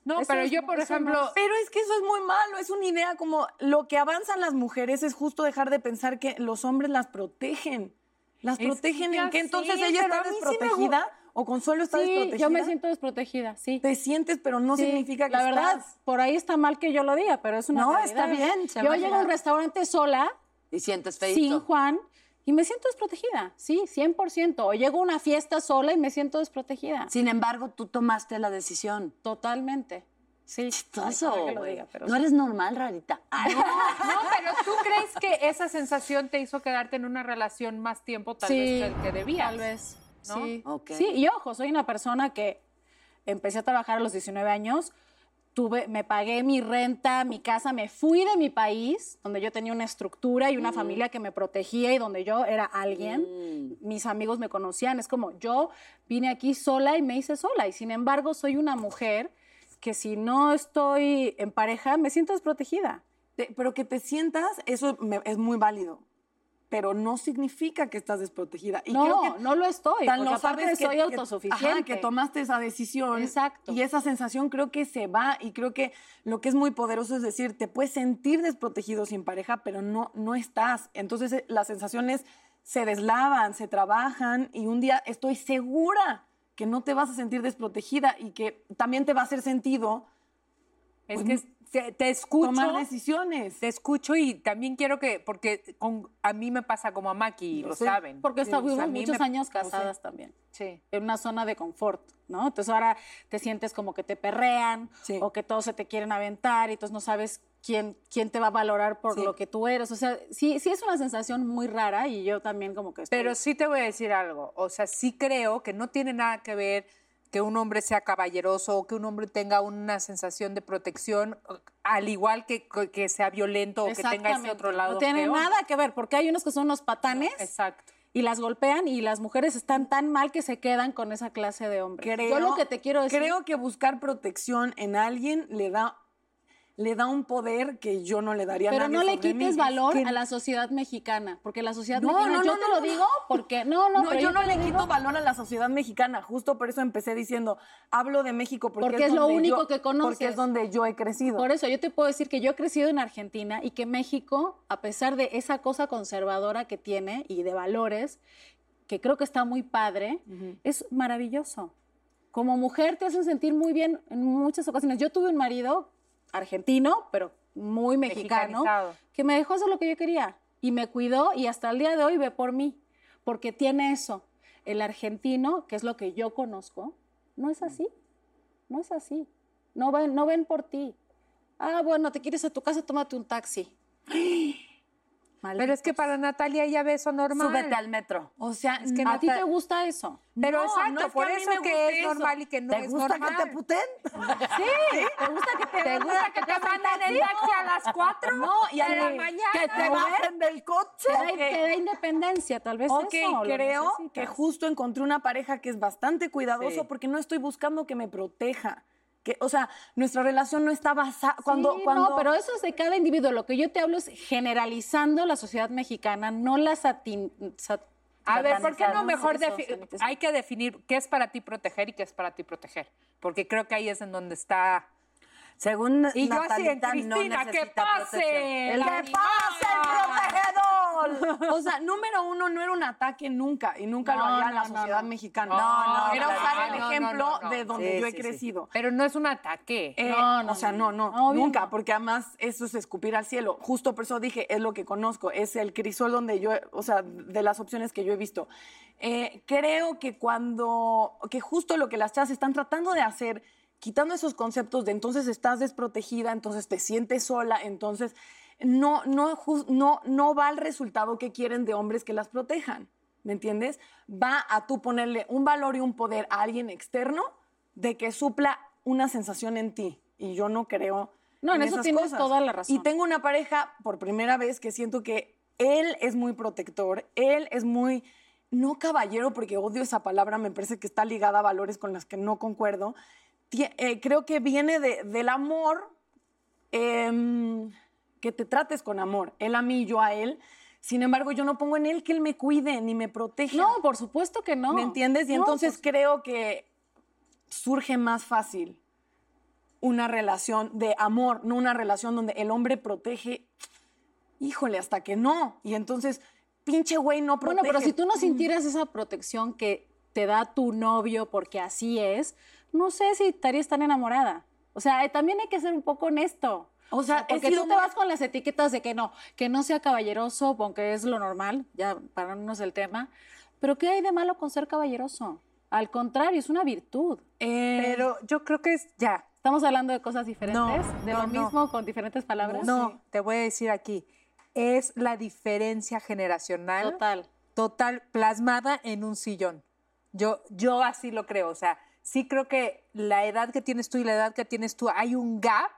S4: No,
S6: Eso
S4: pero
S6: es-
S4: yo, por
S6: eso no
S4: ejemplo,
S5: Pero es que eso es muy malo, es una idea como lo que avanzan las mujeres es justo dejar de pensar que los hombres las protegen. Las
S4: Es que
S5: protegen
S4: ya
S5: en que entonces
S4: sé,
S5: ella
S4: pero
S5: está
S4: a mí sí me gu-
S5: desprotegida o Consuelo está
S6: Sí,
S5: desprotegida.
S6: yo me siento desprotegida, sí.
S5: Te sientes, pero no
S6: Sí,
S5: significa que
S6: la verdad,
S5: estás.
S6: por ahí está mal que yo lo diga, pero es una
S5: No,
S6: realidad.
S5: está bien, se
S6: Yo
S5: vale.
S6: llego a un restaurante sola
S3: Y sientes
S6: sin
S3: feito.
S6: Juan y me siento desprotegida, sí, 100%. O llego a una fiesta sola y me siento desprotegida.
S7: Sin embargo, tú tomaste la decisión.
S6: Totalmente. Sí.
S7: Chistoso,
S6: Ay, que lo
S7: güey.
S6: diga, pero
S7: No
S6: sí.
S7: eres normal, rarita. Ah,
S4: No, pero ¿tú crees que esa sensación te hizo quedarte en una relación más tiempo tal
S6: Sí,
S4: vez que el que debías?
S6: Tal vez.
S4: ¿no?
S6: Sí.
S7: Ok.
S6: Sí, y ojo, soy una persona que empecé a trabajar a los 19 años. Tuve, me pagué mi renta, mi casa, me fui de mi país, donde yo tenía una estructura y una
S5: Mm.
S6: familia que me protegía y donde yo era alguien. Mis amigos me conocían. Es como yo vine aquí sola y me hice sola. Y sin embargo, soy una mujer que si no estoy en pareja, me siento desprotegida.
S5: Te- pero que te sientas, eso me- es muy válido. Pero no significa que estás desprotegida. Y
S6: no,
S5: creo que
S6: no lo estoy.
S5: tan
S6: porque
S5: lo
S6: aparte
S5: sabes que,
S6: soy
S5: que-
S6: autosuficiente.
S5: ajá, que tomaste esa decisión.
S6: Exacto.
S5: Y esa sensación creo que se va y creo que lo que es muy poderoso es decir, te puedes sentir desprotegido sin pareja, pero no, no estás. Entonces eh, las sensaciones se deslavan, se trabajan y un día estoy segura que no te vas a sentir desprotegida y que también te va a hacer sentido
S4: Es
S5: Pues,
S4: que te, te escucho.
S5: tomar decisiones.
S4: Te escucho y también quiero que, porque con- a mí me pasa como a Maki, y
S5: Lo
S4: lo
S5: sé,
S4: saben.
S6: Porque
S4: Sí, o
S6: estuvimos
S4: sea, a mí
S6: muchos
S4: me-
S6: años
S4: o sea,
S6: casadas también,
S4: Sí.
S6: en una zona de confort, ¿no? Entonces ahora te sientes como que te perrean
S5: Sí.
S6: o que todos se te quieren aventar y entonces no sabes quién, quién te va a valorar por
S5: Sí.
S6: lo que tú eres. O sea, sí, sí es una sensación muy rara y yo también como que estoy...
S4: Pero sí te voy a decir algo. O sea, sí creo que no tiene nada que ver que un hombre sea caballeroso o que un hombre tenga una sensación de protección, al igual que, que sea violento o que tenga ese
S6: Exactamente.
S4: otro lado.
S6: No tiene
S4: feo.
S6: nada que ver, porque hay unos que son unos patanes
S4: Exacto.
S6: y las golpean y las mujeres están tan mal que se quedan con esa clase de hombres.
S5: Creo,
S6: yo lo que te quiero decir...
S5: Creo que buscar protección en alguien le da, le da un poder que yo no le daría a
S6: Pero
S5: nadie
S6: no le
S5: sobre mí.
S6: quites
S5: Es
S6: valor
S5: que-
S6: a la sociedad mexicana, porque la sociedad
S5: No,
S6: mexicana,
S5: no,
S6: yo
S5: no,
S6: te
S5: no, no.
S6: lo digo porque, no, no,
S5: No,
S6: pero
S5: yo no
S6: te
S5: le
S6: lo
S5: quito
S6: digo
S5: valor a la sociedad mexicana, justo por eso empecé diciendo, hablo de México porque,
S6: Porque es lo
S5: donde
S6: único
S5: yo-
S6: que conoces.
S5: Porque es donde yo he crecido.
S6: Por eso yo te puedo decir que yo he crecido en Argentina y que México, a pesar de esa cosa conservadora que tiene y de valores, que creo que está muy padre, es maravilloso. Como mujer te hacen sentir muy bien en muchas ocasiones. Yo tuve un marido argentino, pero muy mexicano,
S4: Mexicanizado.
S6: que me dejó hacer lo que yo quería y me cuidó y hasta el día de hoy ve por mí, porque tiene eso. El argentino, que es lo que yo conozco, no es así. No es así. No ven, no ven por ti. Ah, bueno, te quieres a tu casa, tómate un taxi.
S4: Pero es que para Natalia ya ve eso normal.
S7: Súbete al metro.
S5: o sea,
S4: Es que
S6: ¿A ti
S4: Nata-
S6: te gusta eso?
S4: Pero
S5: No,
S4: exacto,
S5: no es que
S4: por
S5: a mí
S4: eso
S5: me
S4: que
S5: guste
S4: es
S5: eso.
S4: normal y que no
S7: ¿Te
S4: es
S7: gusta
S4: normal.
S7: que te puten?
S4: Sí, te gusta que te, gusta que te manden en taxi a las 4
S5: No, y
S4: de la
S5: al-
S4: mañana.
S7: ¿Que te bajen del coche?
S6: Te da, te da independencia, tal vez
S5: Ok,
S6: eso lo
S5: creo que
S6: necesitas.
S5: justo encontré una pareja que es bastante cuidadoso
S4: Sí.
S5: porque no estoy buscando que me proteja. Que, o sea, nuestra relación no está basada.
S6: Sí,
S5: Cuando, cuando,
S6: No, pero eso es de cada individuo. Lo que yo te hablo es generalizando la sociedad mexicana, no la satin... sat-
S4: A ver, ¿por qué no
S6: satanizar,
S4: mejor
S6: eso,
S4: defi-
S6: sanitizar?
S4: hay que definir qué es para ti proteger y qué es para ti proteger? Porque creo que ahí es en donde está
S7: Según
S4: Y yo así en
S7: Natalita, no
S4: Cristina, que
S7: necesita
S4: pase
S7: protección.
S4: la
S7: ¡Que pase el protegido!
S5: O sea, número uno, no era un ataque nunca y nunca lo
S4: No,
S5: haría
S4: no,
S5: la
S4: no,
S5: sociedad
S4: no.
S5: mexicana.
S4: No, no,
S5: Era
S4: claro,
S5: usar el
S4: no, no,
S5: ejemplo
S4: no, no.
S5: de donde
S4: Sí,
S5: yo he
S4: sí, sí.
S5: crecido.
S4: Pero no es un ataque.
S5: Eh,
S4: no,
S5: o sea, no, no,
S4: Obvio
S5: nunca, porque además eso es escupir al cielo. Justo por eso dije, es lo que conozco, es el crisol donde yo, o sea, de las opciones que yo he visto. Eh, creo que cuando, que justo lo que las chas están tratando de hacer, quitando esos conceptos de entonces estás desprotegida, entonces te sientes sola, entonces no, no, jus- no, no va al resultado que quieren de hombres que las protejan. ¿Me entiendes? Va a tú ponerle un valor y un poder a alguien externo de que supla una sensación en ti. Y yo no creo.
S6: No, en eso
S5: esas
S6: tienes
S5: cosas.
S6: toda la razón.
S5: Y tengo una pareja por primera vez que siento que él es muy protector, él es muy. No caballero, porque odio esa palabra, me parece que está ligada a valores con las que no concuerdo. Tie- eh, creo que viene de- del amor, em, que te trates con amor, él a mí, yo a él. Sin embargo, yo no pongo en él que él me cuide ni me proteja. No, por supuesto que no. ¿Me entiendes? Y
S6: No, pues
S5: entonces creo que surge más fácil una relación de amor, no una relación donde el hombre protege, híjole, hasta que no. Y entonces, pinche güey no protege.
S6: Bueno, pero si tú no sintieras esa protección que te da tu novio porque así es, no sé si estarías tan enamorada. O sea, eh, también hay que ser un poco honesto. O sea,
S5: he
S6: porque
S5: sido
S6: tú te
S5: muy-
S6: vas con las etiquetas de que no, que no sea caballeroso, aunque es lo normal, ya para no el tema. Pero ¿qué hay de malo con ser caballeroso? Al contrario, es una virtud.
S5: Eh,
S4: Pero yo creo que es ya.
S6: Estamos hablando de cosas diferentes,
S4: No,
S6: de
S4: no,
S6: lo
S4: no.
S6: mismo con diferentes palabras.
S4: No, te voy a decir aquí, es la diferencia generacional.
S6: Total.
S4: Total, plasmada en un sillón. Yo, yo así lo creo, o sea, sí creo que la edad que tienes tú y la edad que tienes tú, hay un gap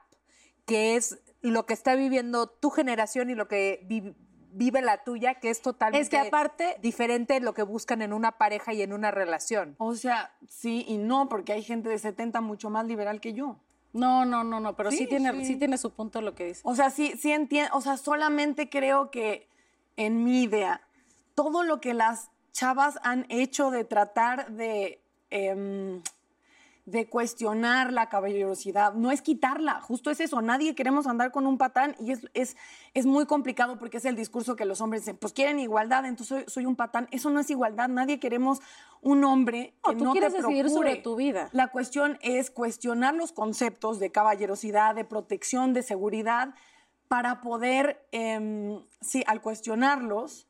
S4: que es lo que está viviendo tu generación y lo que vi- vive la tuya, que es totalmente
S5: Es que aparte-
S4: diferente lo que buscan en una pareja y en una relación.
S5: O sea, sí y no, porque hay gente de 70 mucho más liberal que yo.
S6: No, no, no, no, pero sí, tiene, sí.
S5: sí
S6: tiene su punto lo que dice.
S5: O sea, sí, sí entiendo, o sea, solamente creo que en mi idea, todo lo que las chavas han hecho de tratar de, em, de cuestionar la caballerosidad, no es quitarla, justo es eso, nadie queremos andar con un patán y es, es, es muy complicado porque es el discurso que los hombres dicen, pues quieren igualdad, entonces soy, soy un patán, eso no es igualdad, nadie queremos un hombre
S6: No,
S5: que
S6: tú
S5: no te
S6: quieres decidir sobre
S5: procure.
S6: tu vida.
S5: La cuestión es cuestionar los conceptos de caballerosidad, de protección, de seguridad, para poder, em, sí, al cuestionarlos,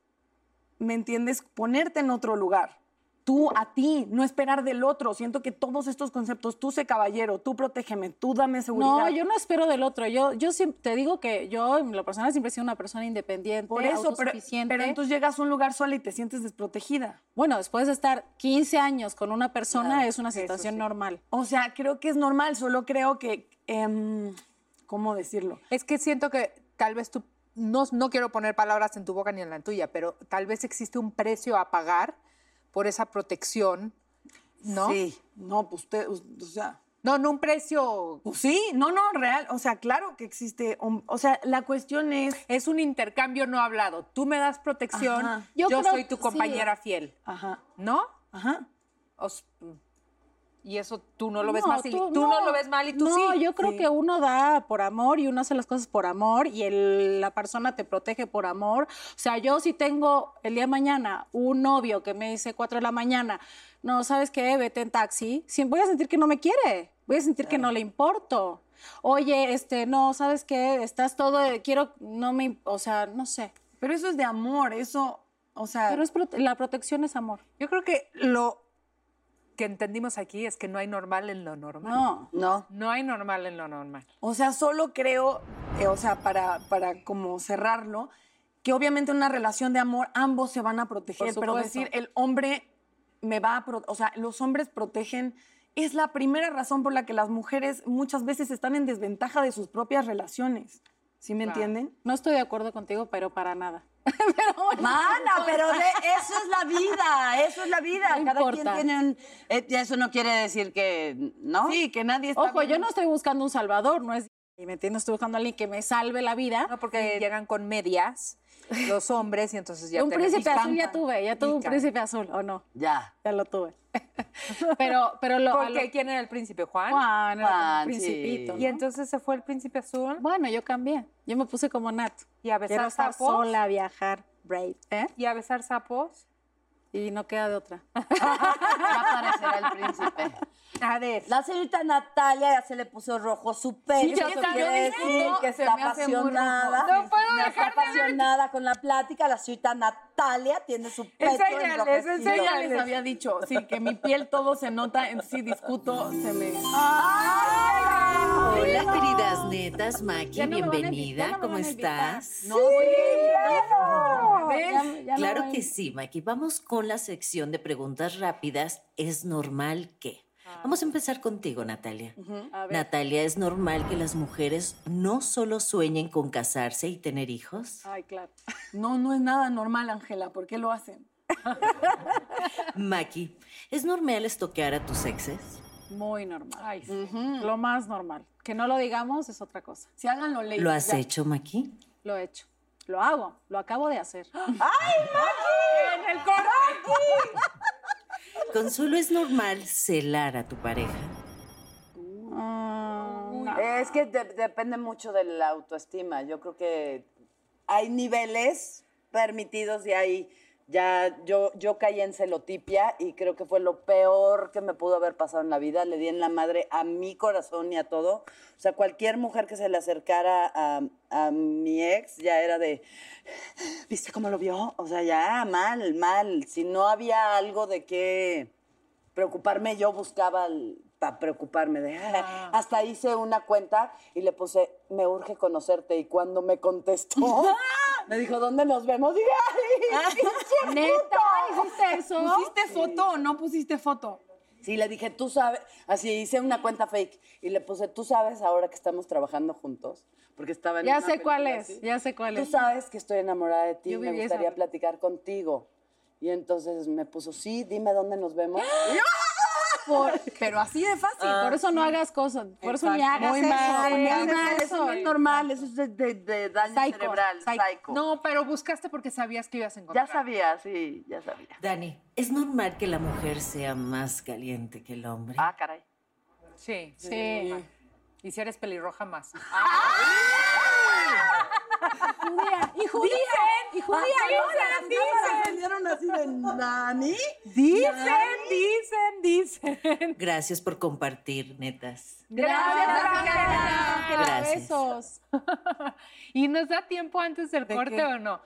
S5: ¿me entiendes? Ponerte en otro lugar. Tú a ti, no esperar del otro. Siento que todos estos conceptos, tú sé caballero, tú protégeme, tú dame seguridad.
S6: No, yo no espero del otro. Yo, yo siempre, te digo que yo, en lo personal, siempre he sido una persona independiente,
S5: Por eso, pero,
S6: autosuficiente.
S5: pero entonces llegas a un lugar sola y te sientes desprotegida.
S6: Bueno, después de estar 15 años con una persona, es una situación normal.
S5: O sea, creo que es normal, solo creo que, em, ¿cómo decirlo?
S4: Es que siento que tal vez tú, no, no quiero poner palabras en tu boca ni en la tuya, pero tal vez existe un precio a pagar por esa protección, ¿no?
S5: Sí. No, pues usted, o sea...
S4: No, no un precio...
S5: Pues sí, no, no, real. O sea, claro que existe. hom- O sea, la cuestión es.
S4: Es un intercambio no hablado. Tú me das protección,
S5: Ajá.
S4: yo,
S5: Yo creo-
S4: soy tu
S5: sí.
S4: compañera fiel,
S5: Ajá.
S4: ¿no?
S5: Ajá.
S4: Os- y eso tú no lo ves
S6: No,
S4: mal, y tú no lo ves mal y tú
S6: no,
S4: sí.
S6: yo creo
S4: Sí.
S6: que uno da por amor y uno hace las cosas por amor y el- la persona te protege por amor. O sea, yo si tengo el día de mañana un novio que me dice 4 de la mañana, no, ¿sabes qué? Vete en taxi. Sí, voy a sentir que no me quiere, voy a sentir que no le importo. Oye, este, no, ¿sabes qué? Estás todo, de- quiero, no me, imp- o sea, no sé.
S5: Pero eso es de amor, eso, o sea...
S6: Pero es prote- la protección es amor.
S4: Yo creo que lo que entendimos aquí es que no hay normal en lo normal.
S6: No.
S5: No.
S4: No hay normal en lo normal.
S5: O sea, solo creo, eh, o sea, para, para como cerrarlo, que obviamente en una relación de amor ambos se van a proteger,
S6: Por
S5: pero
S6: supuesto.
S5: decir el hombre me va a pro- o sea, los hombres protegen es la primera razón por la que las mujeres muchas veces están en desventaja de sus propias relaciones. ¿Sí me
S6: Claro.
S5: entienden?
S6: No estoy de acuerdo contigo, pero para nada.
S7: Mana, pero de- eso es la vida, eso es la vida.
S6: No
S7: Cada
S6: importa.
S7: quien tiene un... eh, Eso no quiere decir que, ¿no?
S5: Sí, que nadie
S6: Ojo, yo no estoy buscando un salvador, no es. ¿Me entiendes? Estoy buscando a alguien que me salve la vida.
S4: No, porque llegan con medias los hombres y entonces ya
S6: un
S4: tenemos-
S6: príncipe
S4: y
S6: azul ya
S4: cantan,
S6: tuve, ya
S4: y
S6: tuve un
S4: cantan.
S6: príncipe azul, ¿o no?
S4: Ya.
S6: Ya lo tuve. pero, pero lo, a
S4: ¿Por
S6: lo-
S4: qué? ¿Quién era el príncipe? ¿Juan?
S6: Juan, era como
S4: Juan, sí.
S6: principito.
S4: Y entonces se fue el príncipe azul.
S6: Bueno, yo cambié. Yo me puse como Nat.
S4: ¿Y a besar
S6: Quiero estar
S4: sapos?
S6: sola, a viajar, brave. ¿Eh?
S4: ¿Y a besar sapos?
S6: Y no queda de otra.
S10: aparecerá el príncipe. A ver. La señorita Natalia ya se le puso rojo su pelo.
S6: Sí, ya
S10: Eso
S6: está,
S10: quiere
S6: yo dije,
S10: decir
S6: no,
S10: que
S6: se
S10: está
S6: me hace muy rojo.
S10: apasionada.
S6: No puedo
S10: Me está
S6: dejar de ver-
S10: apasionada con la plática. La señorita Natalia tiene su pecho
S5: Enséñales,
S10: enrojecido.
S5: enséñales. Ella les había dicho, sí, que mi piel todo se nota, entonces si discuto, se me...
S2: Hola, queridas netas, Maki,
S5: Ya no me van a
S2: bienvenida.
S5: invi- ya no me
S2: ¿Cómo
S5: van a invitar.
S2: estás?
S5: No, sí,
S2: ¿Ves?
S5: ya- ya no
S2: claro
S5: van.
S2: que sí, Maki. Vamos con la sección de preguntas rápidas. ¿Es normal que?
S5: Ah.
S2: Vamos a empezar contigo, Natalia.
S6: A ver.
S2: Natalia, ¿es normal que las mujeres no solo sueñen con casarse y tener hijos?
S5: Ay, claro. No, no es nada normal, Ángela, ¿por qué lo hacen?
S2: Maki, ¿es normal estoquear a tus exes?
S6: Muy normal. Lo más normal. Que no lo digamos es otra cosa.
S5: Si háganlo ley.
S2: ¿Lo has hecho, Maki?
S6: Lo he hecho. Lo hago. Lo acabo de hacer.
S5: ¡Ay,
S4: ¡En el corte!
S2: Consuelo, ¿es normal celar a tu pareja?
S9: Es que de- depende mucho de la autoestima. Yo creo que hay niveles permitidos y hay. Ya, yo, yo caí en celotipia y creo que fue lo peor que me pudo haber pasado en la vida. Le di en la madre a mi corazón y a todo. O sea, cualquier mujer que se le acercara a, a mi ex ya era de, ¿viste cómo lo vio? O sea, ya mal, mal. Si no había algo de qué preocuparme, yo buscaba para preocuparme. De, "Ah". Hasta hice una cuenta y le puse, me urge conocerte. Y cuando me contestó,
S6: Ah.
S9: me dijo, ¿dónde nos vemos? Dije, ¡ay!
S5: ¿Neta?
S9: ¿Hiciste eso?
S5: ¿Pusiste foto o no pusiste foto?
S9: Sí, le dije, tú sabes, así hice una cuenta fake y le puse, tú sabes ahora que estamos trabajando juntos, porque estaba en
S6: Ya
S9: una
S6: sé cuál
S9: película
S6: es,
S9: así.
S6: ya sé cuál es.
S9: Tú sabes que estoy enamorada de ti,
S6: Yo
S9: me
S6: viví esa
S9: gustaría platicar contigo. Y entonces me puso, sí, dime dónde nos vemos. Y yo,
S6: ¡Ah! Por- pero así de fácil.
S9: Ah,
S6: por eso no hagas cosas. Por eso ni
S9: Exacto.
S6: hagas
S9: Muy
S6: eso.
S9: mal,
S6: ni
S9: muy
S6: hagas
S9: mal, eso no es normal, eso es de, daño cerebral, psycho.
S4: No, pero buscaste porque sabías que ibas a encontrar.
S9: ya sabía, sí, ya sabía.
S2: Dani, ¿es normal que la mujer sea más caliente que el hombre?
S9: Ah, caray.
S4: Sí, sí.
S2: Sí.
S4: normal. Y si eres pelirroja más.
S6: judía, y judía, y judía.
S4: Ahora
S6: no,
S4: dicen.
S9: así de Nani.
S4: Dicen, dicen, dicen.
S2: Gracias por compartir, netas.
S4: Gracias, Ángela.
S5: Ah,
S2: Ángela. Gracias.
S4: Besos. y nos da tiempo antes del corte
S5: qué?
S4: o no.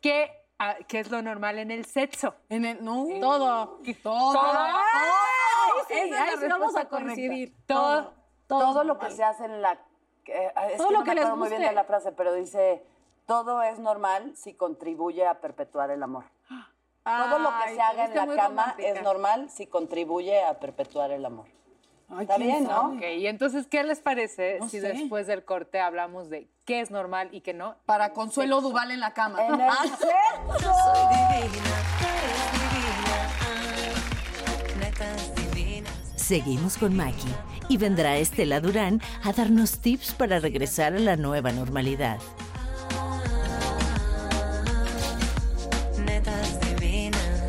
S4: ¿Qué, ah, qué es lo normal en el sexo?
S5: En el, no.
S4: Todo.
S5: Todo.
S4: Ay, sí,
S6: Esa es
S4: ahí
S6: la
S4: sí vamos
S6: respuesta
S4: a coincidir.
S6: correcta.
S4: Todo.
S9: Todo, lo que se hace en la... eh, es
S4: Todo
S9: que
S4: lo
S9: no
S4: que
S9: me
S4: les
S9: acuerdo muy bien
S4: guste.
S9: de la frase, pero dice, todo es normal si contribuye a perpetuar el amor. Todo lo que
S4: Ay,
S9: se haga en
S4: fuiste
S9: la
S4: muy
S9: cama
S4: romántica.
S9: es normal si contribuye a perpetuar el amor. Está
S4: ¿quién
S9: bien, ¿no?
S4: sabe? Ok, y entonces, ¿qué les parece
S5: No
S4: si
S5: sé.
S4: después del corte hablamos de qué es normal y qué no?
S5: Para Consuelo Duval en la cama.
S4: En el
S1: Soy divina, tú eres divina. Ah, netas divinas.
S2: Seguimos con Maki y vendrá Estela Durán a darnos tips para regresar a la nueva normalidad.
S1: Netas divinas.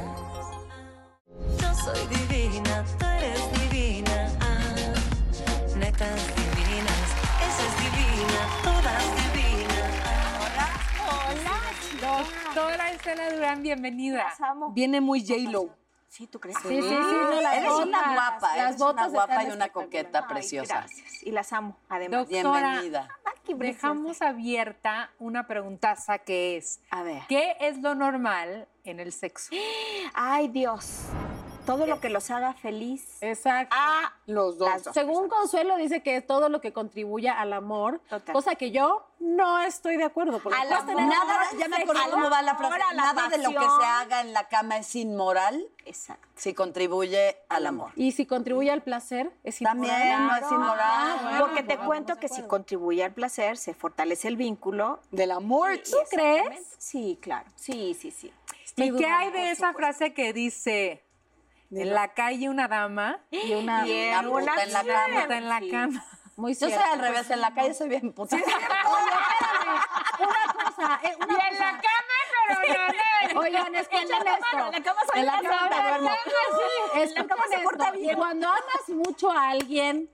S1: Yo soy divina, tú eres divina. Ah, netas divinas. Esa es divina, todas divinas.
S4: Hola,
S10: Ah.
S4: doctora Estela Durán, bienvenida.
S5: Viene muy J-Lo.
S10: Sí, ¿tú crees?
S4: Sí, sí, sí, no, las
S10: eres
S4: botas,
S10: una guapa,
S4: las
S10: eres
S4: botas
S10: una guapa
S4: están
S10: y una
S4: espectaculares.
S9: coqueta
S4: Ay,
S9: preciosa.
S10: gracias. Y las amo, además.
S4: Doctora,
S9: Bienvenida.
S4: Dejamos abierta una preguntaza que es,
S10: A ver.
S4: ¿qué es lo normal en el sexo?
S10: Ay, Dios. Todo lo que los haga feliz.
S4: Exacto.
S5: los
S10: dos.
S6: Según Consuelo dice que es todo lo que contribuya al amor, cosa que yo no estoy de acuerdo. Porque
S10: Al
S6: puedes
S10: amor,
S6: tener
S10: nada,
S6: amor,
S10: ya me
S6: sexo,
S10: acordé
S9: ¿Cómo va la frase?
S6: amor a la
S9: Nada de lo que
S6: pasión.
S9: se haga en la cama es inmoral.
S10: Exacto.
S9: Si contribuye al amor.
S6: Y si contribuye al placer, es
S9: También no es inmoral.
S10: Porque te cuento que si contribuye al placer, se fortalece el vínculo.
S5: Del amor.
S10: ¿Tú crees? Sí, claro. Sí, sí, sí.
S4: ¿Y qué hay de esa frase que dice, en la calle una dama y una,
S10: Y en
S4: una
S10: una
S4: puta en la
S10: cama.
S4: cama? puta en la cama.
S6: Muy
S9: Yo soy
S6: cierto.
S9: al revés, en la calle soy bien puta.
S6: Oye, espérame. Una cosa, eh, una
S4: Y en la
S6: cosa.
S4: cama
S6: Oigan, escuchen esto.
S9: La cama se
S6: En la
S9: corta
S6: cama
S9: bien.
S6: me duermo.
S9: La cama, sí.
S6: Escuchen
S9: La cama se
S6: esto.
S9: corta bien.
S6: Cuando amas mucho a alguien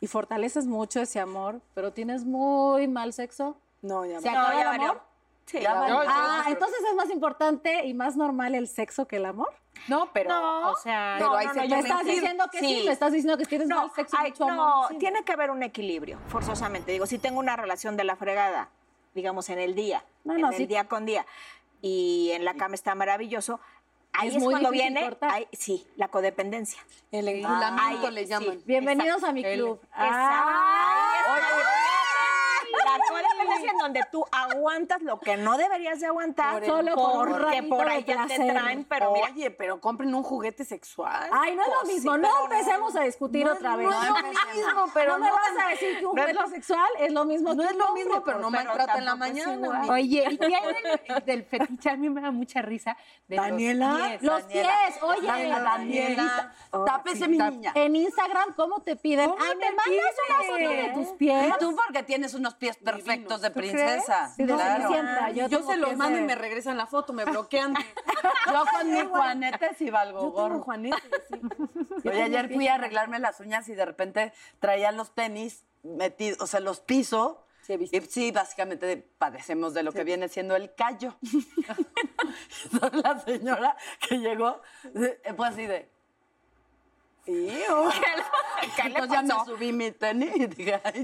S6: y fortaleces mucho ese amor, pero tienes muy mal sexo,
S5: no, ya
S6: ¿se
S9: valió.
S6: acaba
S9: No, ya
S6: el
S9: valió.
S6: amor?
S9: Sí.
S6: Ya
S9: Ya
S6: valió.
S9: valió.
S6: Ah, entonces es más importante y más normal el sexo que el amor. No,
S4: pero,
S9: No.
S6: o sea,
S9: Pero hay
S6: me
S9: sexo
S6: estás
S9: mentir.
S6: diciendo que sí.
S9: Sí.
S6: me estás diciendo que tienes mal sexo y
S9: Ay,
S6: mucho amor.
S9: no, tiene que haber un equilibrio, forzosamente. Digo, si tengo una relación de la fregada, digamos, en el día,
S6: No,
S9: en
S6: no,
S9: el
S6: sí.
S9: día con día, y en la cama está maravilloso, ahí
S6: Es
S9: es,
S6: muy
S9: cuando
S6: difícil
S9: viene,
S6: cortar.
S9: ahí- sí, la codependencia.
S5: El
S6: enculamiento le llaman. Bienvenidos a mi club. Ah.
S9: La codependencia en donde tú aguantas lo que no deberías de aguantar, porque por ahí ya te traen, pero mira,
S5: Oye, pero compren un juguete sexual.
S6: Ay, no es lo
S5: Pues
S6: mismo.
S5: sí,
S6: no
S5: pero
S6: empecemos a discutir
S5: No es-
S6: otra vez.
S5: no es lo mismo, pero
S6: no me
S5: no
S6: vas
S5: tan-
S6: a decir que un
S5: no es
S6: juego
S5: lo-
S6: sexual es lo mismo. No es lo mismo,
S4: pero no maltrata en la mañana, amiga.
S11: Oye, ¿y qué hay del, del fetiche? A mí me da mucha risa. De
S5: Daniela,
S6: Los pies, oye,
S11: Daniela, Daniela. Ahora
S6: tápese
S11: sí,
S6: mi
S11: táp-
S6: niña. En Instagram, ¿cómo te piden? Ay, me mandas una foto de tus pies.
S11: Y tú porque tienes unos pies perfectos de
S6: ¿Tú crees?
S11: princesa.
S6: Sí, desde siempre, yo
S5: yo
S6: tengo
S5: se los
S6: pies
S5: mando y
S6: de-
S5: me regresan la foto, me bloquean.
S11: Yo con mi Juanete sí valgo
S5: Yo tengo
S11: gorro.
S5: Juanete.
S11: tengo
S7: Oye, ayer
S11: un
S7: fui
S11: pie.
S7: a arreglarme las uñas y de repente traía los tenis metidos, o sea, los piso. y sí, básicamente padecemos de lo que viene siendo el callo. Entonces, la señora que llegó, eh, pues así de. "Iu".
S9: ¿Qué le
S7: Entonces ya me
S9: pasó?
S7: subí mi tenis y dije, ¡ah, de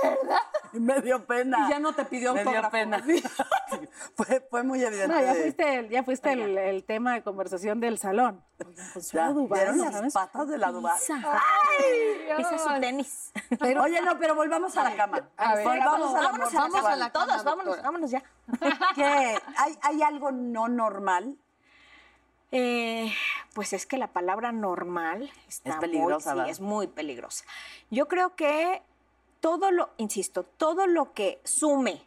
S7: verdad! Y me dio pena.
S5: Y ya no te pidió
S7: Me dio
S5: autógrafo.
S7: pena. Sí, fue, fue muy evidente.
S6: No, ya fuiste, el- ya fuiste el, el tema de conversación del salón.
S5: pues,
S7: Ya, ¿Vieron las patas de la Dubái? ¡Ay!
S9: Ese es su tenis.
S7: Oye, no, pero volvamos a la cama.
S9: A ver,
S7: volvamos a la,
S9: vámonos a la
S7: vamos
S9: cama.
S7: a la
S9: Todos,
S7: cama,
S9: vámonos,
S7: doctora.
S9: vámonos ya.
S7: ¿Qué? ¿Hay, hay algo no normal?
S9: Eh, pues es que la palabra normal está
S7: Es peligrosa,
S9: muy, sí,
S7: ¿verdad?
S9: es muy peligrosa. Yo creo que todo lo, insisto, todo lo que sume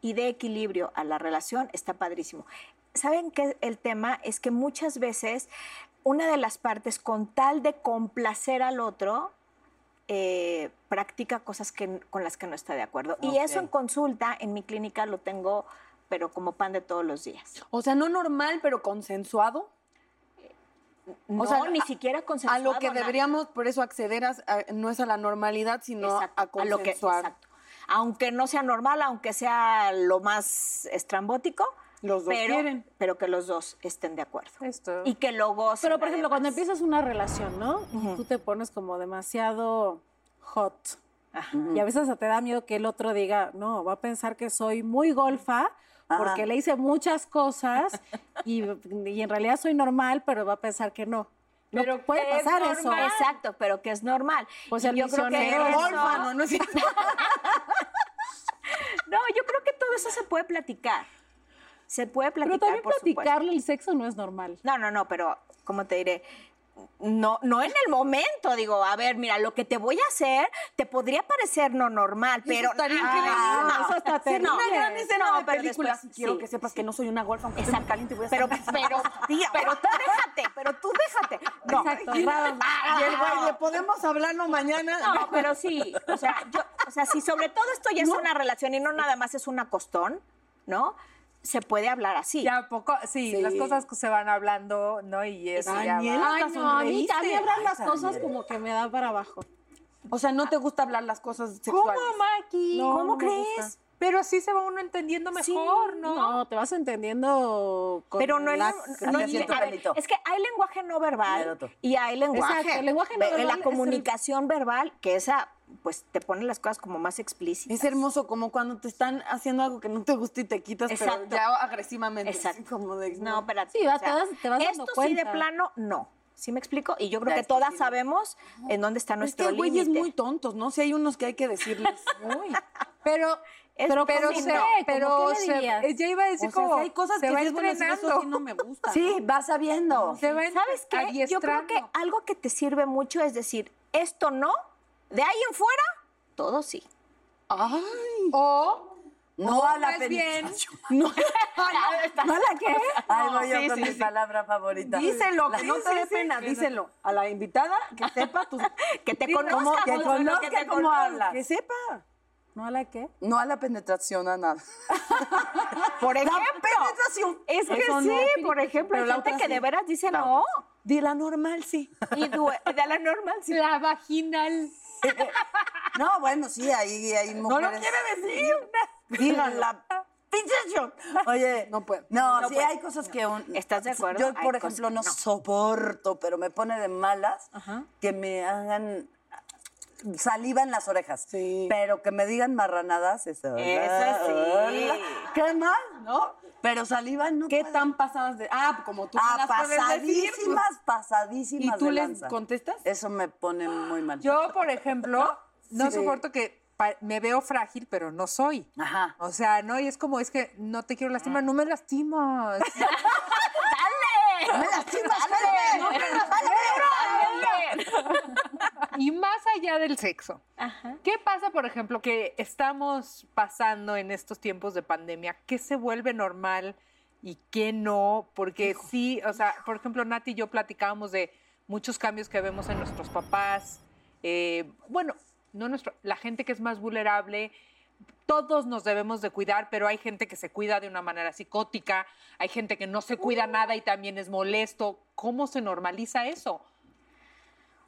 S9: y dé equilibrio a la relación está padrísimo. ¿Saben qué? El tema es que muchas veces una de las partes, con tal de complacer al otro, eh, practica cosas que, con las que no está de acuerdo. Y eso
S5: Ok.
S9: en consulta, en mi clínica, lo tengo, pero como pan de todos los días.
S5: O sea, no normal, pero consensuado.
S9: No, ni
S5: a-
S9: siquiera
S5: A
S9: consensuado.
S5: lo que
S9: nada.
S5: deberíamos, por eso, acceder a- a- no es a la normalidad, sino a
S9: a lo que-
S5: consensuar.
S9: exacto. Aunque no sea normal, aunque sea lo más estrambótico,
S5: los
S6: dos
S9: pero,
S6: quieren.
S9: pero que los dos estén de acuerdo. Y que lo gocen.
S6: Pero, por ejemplo,
S9: además.
S6: cuando empiezas una relación, ¿no? Y Tú te pones como demasiado hot. Y a veces hasta te da miedo que el otro diga, no, va a pensar que soy muy golfa porque
S9: Ajá.
S6: le hice muchas cosas y, y en realidad soy normal, pero va a pensar que no. No puede
S9: Que es
S6: pasar eso.
S9: normal. Exacto, pero que es normal.
S6: Pues
S9: Y
S6: el
S9: yo creo que
S6: misionero.
S9: eso-
S6: Órfano,
S5: no es
S9: No, yo creo que todo eso se puede platicar. Se puede platicar,
S6: Pero también
S9: por supuesto.
S6: platicarle el sexo no es normal.
S9: No, no, no, pero como te diré, no, no en el momento, digo, a ver, mira, lo que te voy a hacer te podría parecer no normal, pero
S5: estaría
S9: Ah,
S5: increíble.
S9: no,
S5: Eso está
S9: sí, no,
S5: terrible. Una gran escena de
S9: pero
S5: película,
S9: después,
S5: quiero que
S6: pues,
S5: sepas que no soy una golfa, aunque esté muy caliente voy a pero,
S9: pero, pero tú déjate, pero tú déjate. No.
S5: Exacto, vamos.
S6: "Ah,
S5: Y el güey de, ¿podemos hablarlo mañana?
S9: No, pero sí, o sea, yo, o sea, si sobre todo esto ya es una relación y no nada más es un acostón, ¿no? Se puede hablar así.
S4: Ya poco, sí,
S9: Sí.
S4: las cosas que se van hablando, ¿no? Y eso ya va.
S6: Ay, no, a mí, a mí habrán las cosas como que me da para abajo.
S5: O sea, no te gusta hablar las cosas sexuales.
S4: Maki?
S6: No, no me gusta.
S4: Pero así se va uno entendiendo mejor, ¿no?
S6: No, te vas entendiendo con
S9: Pero no, es-
S6: las-
S9: no, no- a ver, es que hay lenguaje no verbal y hay lenguaje.
S6: Exacto, el lenguaje no
S9: Ve-
S6: verbal es
S9: La
S6: el-
S9: comunicación verbal, que esa, pues te pone las cosas como más explícitas.
S5: Es hermoso como cuando te están haciendo algo que no te gusta y te quitas,
S9: Exacto.
S5: pero ya agresivamente. así
S9: Exacto.
S5: como de,
S9: No, espérate.
S6: Sí, va,
S9: o sea,
S6: te vas- te vas dando
S9: Esto sí
S6: cuenta.
S9: de plano, no. ¿Sí me explico? Y yo creo
S5: Ya,
S9: que
S5: esto
S9: todas
S5: sí no.
S9: sabemos en dónde está
S5: Es que
S9: nuestro
S5: hay güeyes
S9: límite.
S5: muy tontos, ¿no? Si hay unos que hay que decirles.
S4: Pero,
S9: Es-
S4: pero,
S9: pero
S4: como
S9: sí,
S4: se-
S9: no, ¿cómo
S4: pero
S9: qué le
S4: se-
S9: dirías?
S5: eh,
S4: ella iba a decir
S5: O sea,
S4: como
S5: si hay cosas
S4: se
S5: que
S4: va
S5: dices, bueno, si no, eso
S4: entrenando.
S5: sí no me gusta.
S7: Sí, vas sabiendo.
S4: Se va
S9: ¿Sabes qué? Yo creo que
S4: adiestrando.
S9: algo que te sirve mucho es decir, esto no, de ahí en fuera, todo sí.
S5: Ay.
S4: O
S7: No a la
S4: más bien,
S7: penetración.
S9: ¿No la qué?
S7: Ahí voy yo
S5: Sí,
S7: con
S5: sí,
S7: mi
S5: sí.
S7: palabra favorita.
S5: Díselo,
S7: La-
S5: que no te dé pena, díselo. A la invitada, que sepa tu...
S9: Que te
S5: Dilo,
S9: conozca,
S5: como- que
S9: Gonzalo,
S5: conozca
S9: que te
S5: cómo
S9: conozca.
S5: hablas. Que sepa.
S6: ¿No a la qué?
S7: No a la penetración, a nada.
S9: Por ejemplo.
S7: penetración.
S9: Es que
S7: Eso
S9: sí,
S7: no.
S9: por ejemplo,
S7: Pero
S9: hay
S7: la
S9: gente
S7: otra
S9: que
S7: sí.
S9: de veras dice
S7: La
S9: no.
S5: De la normal, sí.
S9: Y due- de la normal, sí.
S4: La vaginal.
S7: No, bueno, sí, ahí hay mujeres.
S5: lo quiere decir.
S7: Díganla. Pinche yo. Oye.
S5: No puedo.
S7: No,
S9: No
S7: sí,
S9: puedo.
S7: hay cosas que... un-
S9: ¿Estás de acuerdo?
S7: Yo,
S9: Hay
S7: por
S9: cosas
S7: ejemplo,
S9: que
S7: no,
S9: no.
S7: soporto, pero me pone de malas que me hagan saliva en las orejas. Pero que me digan marranadas, eso.
S5: Esa sí.
S7: Qué mal, ¿no? Pero saliva no
S5: ¿Qué
S7: puedo.
S5: tan pasadas de.? Ah, como tú
S7: Ah,
S5: las puedes decir, pues.
S7: pasadísimas, pasadísimas
S5: ¿Y tú
S7: de
S5: les
S7: lanza.
S4: contestas?
S7: Eso me pone muy mal.
S4: Yo, por ejemplo, no
S7: Sí.
S4: soporto que pa- me veo frágil, pero no soy.
S7: Ajá.
S4: O sea, no, y es como, es que no te quiero lastimar, no me lastimas.
S9: ¡Dale!
S7: ¡Me lastimas,
S9: ¡Dale! ¡Dale!
S4: y más allá del sexo. ¿Qué pasa, por ejemplo, que estamos pasando en estos tiempos de pandemia? ¿Qué se vuelve normal y qué no? Porque sí, o sea, por ejemplo, Nati y yo platicábamos de muchos cambios que vemos en nuestros papás. eh, bueno, no nuestro, la gente que es más vulnerable. Todos nos debemos de cuidar, pero hay gente que se cuida de una manera psicótica, hay gente que no se cuida nada y también es molesto. ¿Cómo se normaliza eso?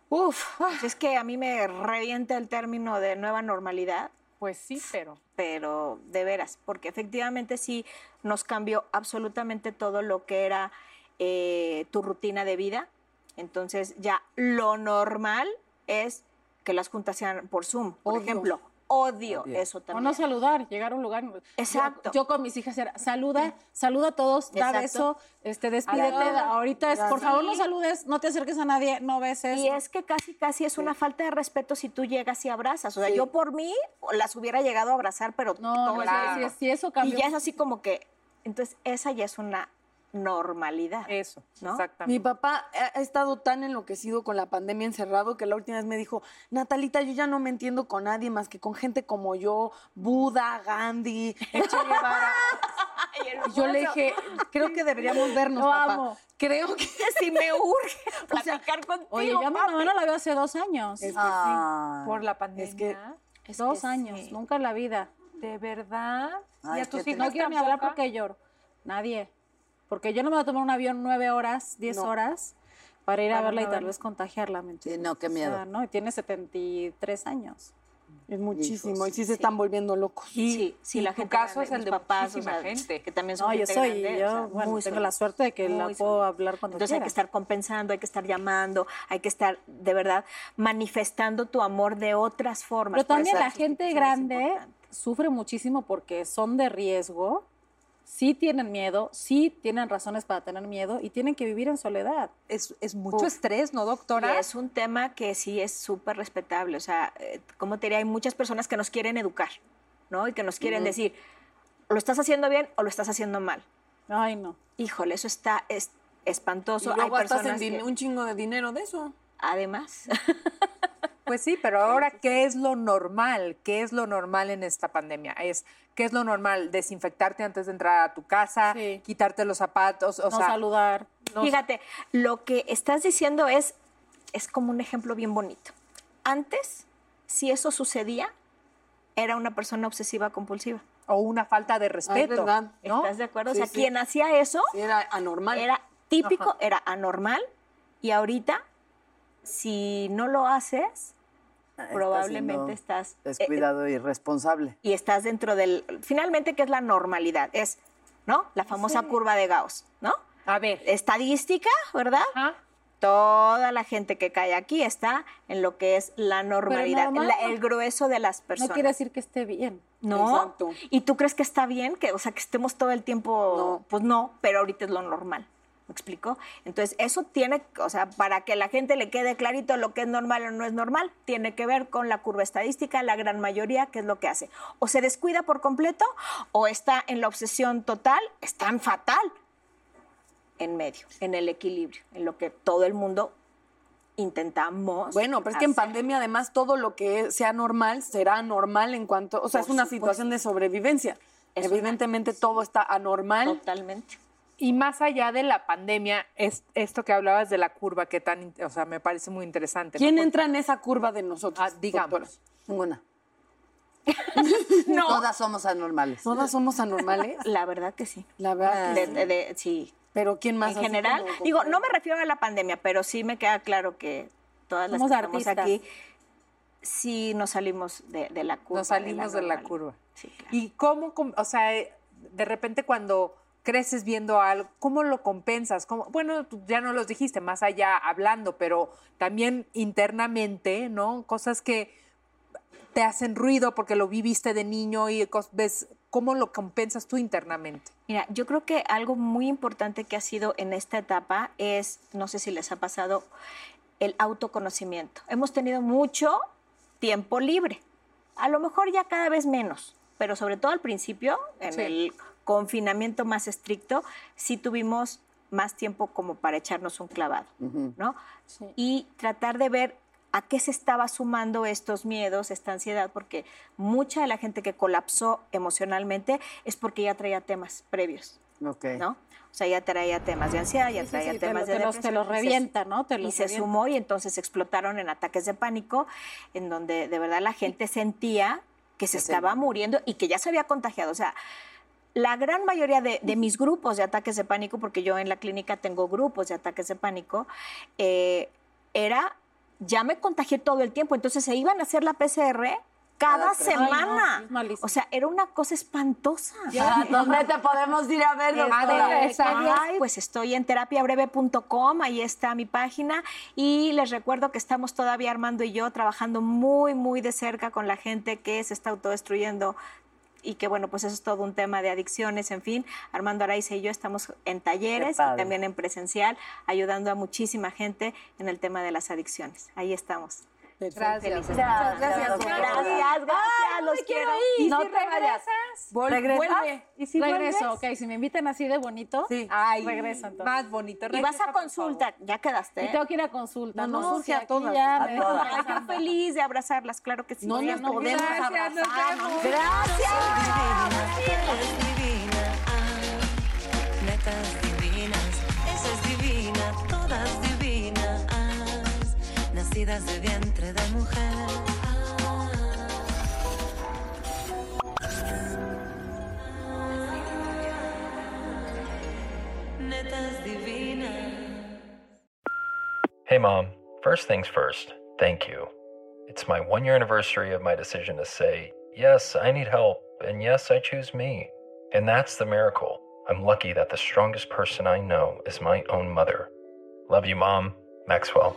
S9: Uf, pues es que a mí me revienta el término de nueva normalidad,
S4: Pues sí, pero.
S9: pero de veras, porque efectivamente sí nos cambió absolutamente todo lo que era eh, tu rutina de vida. Entonces ya lo normal es que las juntas sean por Zoom, por
S6: Odio.
S9: ejemplo. Odio,
S6: Odio.
S9: eso
S6: O
S9: también.
S6: no saludar, llegar a un lugar.
S9: Exacto.
S6: Yo, yo con mis hijas era, saluda, saluda a todos, da
S9: Exacto.
S6: beso, este, despídete.
S9: Adiós.
S6: Ahorita es,
S9: Ya
S6: por
S9: sé.
S6: favor, no saludes, no te acerques a nadie, no beses.
S9: Y es que casi, casi es una falta de respeto si tú llegas y abrazas. O sea, yo por mí las hubiera llegado a abrazar, pero
S6: No,
S9: todo
S6: no,
S9: el
S6: sí,
S9: tiempo.
S6: sí, sí, eso cambió.
S9: Y ya es así como que, entonces esa ya es una normalidad.
S6: Eh,
S4: Eso,
S9: ¿no?
S5: Mi papá ha- ha estado tan enloquecido con la pandemia encerrado que la última vez me dijo, Natalita, yo ya no me entiendo con nadie más que con gente como yo, Buda, Gandhi, Che Guevara". Y yo le dije, creo que deberíamos vernos,
S6: Lo
S5: papá.
S6: amo.
S5: Creo que
S9: si me urge platicar contigo.
S6: Oye, yo a mi mamá no la veo hace dos años.
S5: Es que sí.
S7: Ah.
S4: Por la pandemia.
S6: dos años, nunca en la vida.
S4: De verdad.
S7: Ay,
S4: y a tus
S7: qué
S4: hijos
S6: No quiero ni hablar
S4: tampoco?
S6: porque lloro. Nadie. Porque yo no me voy a tomar un avión nueve horas, diez
S5: No.
S6: horas para ir a
S4: Para
S6: verla
S4: no
S6: y tal
S4: verla.
S6: vez contagiarla, ¿me entiendes?
S7: Sí, no, qué
S6: O sea,
S7: miedo.
S6: ¿no? Y tiene 73 años.
S5: es muchísimo y sí se están volviendo locos.
S4: Y,
S9: Sí, sí,
S4: y
S9: la
S4: tu
S9: gente
S4: caso
S9: grande,
S4: es el
S9: mis
S4: de
S9: papás, o
S4: muchísima
S9: sea,
S4: gente.
S9: que también son
S6: No, yo
S9: gente
S6: soy,
S9: grande,
S6: yo,
S9: o sea,
S6: bueno, tengo
S9: muy
S6: la
S9: solitos.
S6: suerte de que la
S9: Muy
S6: puedo
S9: solitos.
S6: hablar cuando
S9: Entonces hay
S6: quiera.
S9: que estar compensando, hay que estar llamando, hay que estar de verdad manifestando tu amor de otras formas.
S6: Pero
S9: Por
S6: también
S9: eso
S6: la gente
S9: sustitución es
S6: grande
S9: importante.
S6: sufre muchísimo porque son de riesgo, sí tienen miedo, sí tienen razones para tener miedo y tienen que vivir en soledad.
S4: Es, es mucho
S6: Uf.
S4: estrés, ¿no, doctora?
S9: Y es un tema que sí es súper respetable. O sea, eh, como te diría, hay muchas personas que nos quieren educar, ¿no? Y que nos quieren decir, lo estás haciendo bien o lo estás haciendo mal.
S6: Ay, no.
S9: Híjole, eso está es- espantoso.
S5: Y luego
S9: hay
S5: gastas en
S9: personas
S5: din-
S9: que-
S5: un chingo de dinero de eso.
S9: Además,
S4: Pues sí, pero ahora, ¿qué es lo normal? ¿Qué es lo normal en esta pandemia? Es, ¿Qué es lo normal? Desinfectarte antes de entrar a tu casa,
S6: Sí.
S4: quitarte los zapatos, o
S6: no
S4: sea,
S6: saludar.
S4: no-
S9: fíjate, lo que estás diciendo es, es como un ejemplo bien bonito. Antes, si eso sucedía, era una persona obsesiva compulsiva.
S4: o una falta de respeto.
S5: verdad.
S4: ¿no?
S9: ¿Estás de acuerdo?
S5: Sí,
S9: o sea,
S5: sí.
S9: quien hacía eso
S5: Sí, Era anormal.
S9: Era típico, era anormal. Y ahorita, si no lo haces, probablemente estás eh,
S7: Descuidado y irresponsable.
S9: y estás dentro del. Finalmente, ¿qué es la normalidad? Es, ¿no? La famosa curva de Gauss, ¿no?
S4: A ver.
S9: Estadística, ¿verdad?
S4: Ajá.
S9: Toda la gente que cae aquí está en lo que es la normalidad,
S6: normal
S9: la-
S6: no-
S9: el grueso de las
S6: No
S9: personas.
S6: quiere decir que esté bien.
S9: No.
S5: Exacto.
S9: ¿Y tú crees que está bien? Que, o sea, que estemos todo el tiempo.
S5: No.
S9: Pues no, pero ahorita es lo normal. ¿Me explico? Entonces, eso tiene, o sea, para que la gente le quede clarito lo que es normal o no es normal, tiene que ver con la curva estadística, la gran mayoría, que es lo que hace. O se descuida por completo, o está en la obsesión total, está en fatal, en medio, en el equilibrio, en lo que todo el mundo intentamos.
S5: Bueno, pero es que en
S9: hacer.
S5: pandemia además todo lo que sea normal será anormal en cuanto, o sea,
S9: Por
S5: es una
S9: supuesto.
S5: situación de sobrevivencia.
S9: Es una-
S5: Evidentemente todo está anormal.
S9: Totalmente.
S4: Y más allá de la pandemia, es esto que hablabas de la curva, que tan, in- o sea,
S9: pues,
S4: me parece muy interesante. ¿no?
S5: ¿Quién
S4: Porque-
S5: entra en esa curva de nosotros?
S4: Ah, digamos.
S5: doctora?
S7: Ninguna. No. Todas somos anormales.
S5: ¿Todas somos anormales?
S9: La verdad que sí.
S5: La
S6: Ah.
S5: verdad.
S9: De-
S5: que
S9: de- de- sí.
S5: Pero ¿quién más?
S9: En
S5: así
S9: general,
S5: como- como-
S9: digo, no me refiero a la pandemia, pero sí me queda claro que todas las
S5: Somos
S9: que estamos
S5: artistas.
S9: aquí sí nos salimos de, de la curva.
S4: Nos salimos de la
S9: normalidad.
S4: curva.
S9: Sí, claro.
S4: ¿Y cómo, com- o sea, eh, de repente cuando creces viendo algo, cómo lo compensas? ¿Cómo- bueno, tú ya no los dijiste, más allá hablando, pero también internamente, ¿no? Cosas que te hacen ruido porque lo viviste de niño y cos- ves cómo lo compensas tú internamente.
S9: Mira, yo creo que algo muy importante que ha sido en esta etapa es, no sé si les ha pasado, el autoconocimiento. Hemos tenido mucho tiempo libre. A lo mejor ya cada vez menos, pero sobre todo al principio, en
S6: Sí.
S9: el confinamiento más estricto, sí tuvimos más tiempo como para echarnos un clavado, ¿no? Y tratar de ver a qué se estaba sumando estos miedos, esta ansiedad, porque mucha de la gente que colapsó emocionalmente es porque ya traía temas previos.
S7: Ok.
S9: ¿no? O sea, ya traía temas de ansiedad, ya
S6: Sí, sí,
S9: traía
S6: sí, te
S9: temas
S6: lo-
S9: de
S6: te los- te
S9: depresión,
S6: los
S9: y se-
S6: revienta, ¿no? Te
S9: y
S6: los
S9: se
S6: revienta.
S9: sumó y entonces explotaron en ataques de pánico, en donde de verdad la gente sentía que se estaba muriendo y que ya se había contagiado. O sea, la gran mayoría de, de mis grupos de ataques de pánico, porque yo en la clínica tengo grupos de ataques de pánico, eh, era, ya me contagié todo el tiempo, entonces se iban a hacer la PCR cada,
S7: Cada tres. Ay, no,
S9: semana.
S7: es
S9: o sea, era una cosa espantosa.
S7: Ya, ¿dónde te podemos ir a ver,
S9: Este,
S7: doctora?
S9: ay, pues estoy en terapiabreve.com, ahí está mi página. Y les recuerdo que estamos todavía Armando y yo trabajando muy, muy de cerca con la gente que se está autodestruyendo y que bueno, pues eso es todo un tema de adicciones, en fin. Armando Araiza y yo estamos en talleres y
S7: padre.
S9: también en presencial, ayudando a muchísima gente en el tema de las adicciones. Ahí estamos.
S4: Gracias.
S9: Felices.
S4: Muchas gracias, doctora.
S9: Gracias, gracias. Los quiero.
S6: ¿Y
S9: No
S6: si
S9: te vayas.
S6: regresas?
S9: Vol- vuelve.
S6: ¿Y si Regreso,
S9: vuelves?
S6: ok. Si me invitan así de bonito,
S4: Ay,
S6: regreso entonces.
S4: Más bonito.
S9: Y vas a consulta, ya quedaste.
S6: Y
S9: ¿eh?
S6: tengo que ir a consulta.
S9: No,
S6: No,
S9: no,
S6: sé,
S9: sí, a
S6: aquí
S9: todas,
S6: ya
S9: a
S6: me dejan
S9: todas.
S6: pensando.
S9: Yo feliz de abrazarlas, claro que sí.
S6: No nos podemos
S9: gracias, nos vemos.
S1: Gracias.
S9: Gracias.
S1: Netas divinas, esa es divina, todas divinas, nacidas de vientre de mujer. Netas divinas.
S12: Hey, Mom. First things first, thank you. It's my one year anniversary of my decision to say, yes, I need help, and yes, I choose me. And that's the miracle. I'm lucky that the strongest person I know is my own mother. Love you, Mom. Maxwell.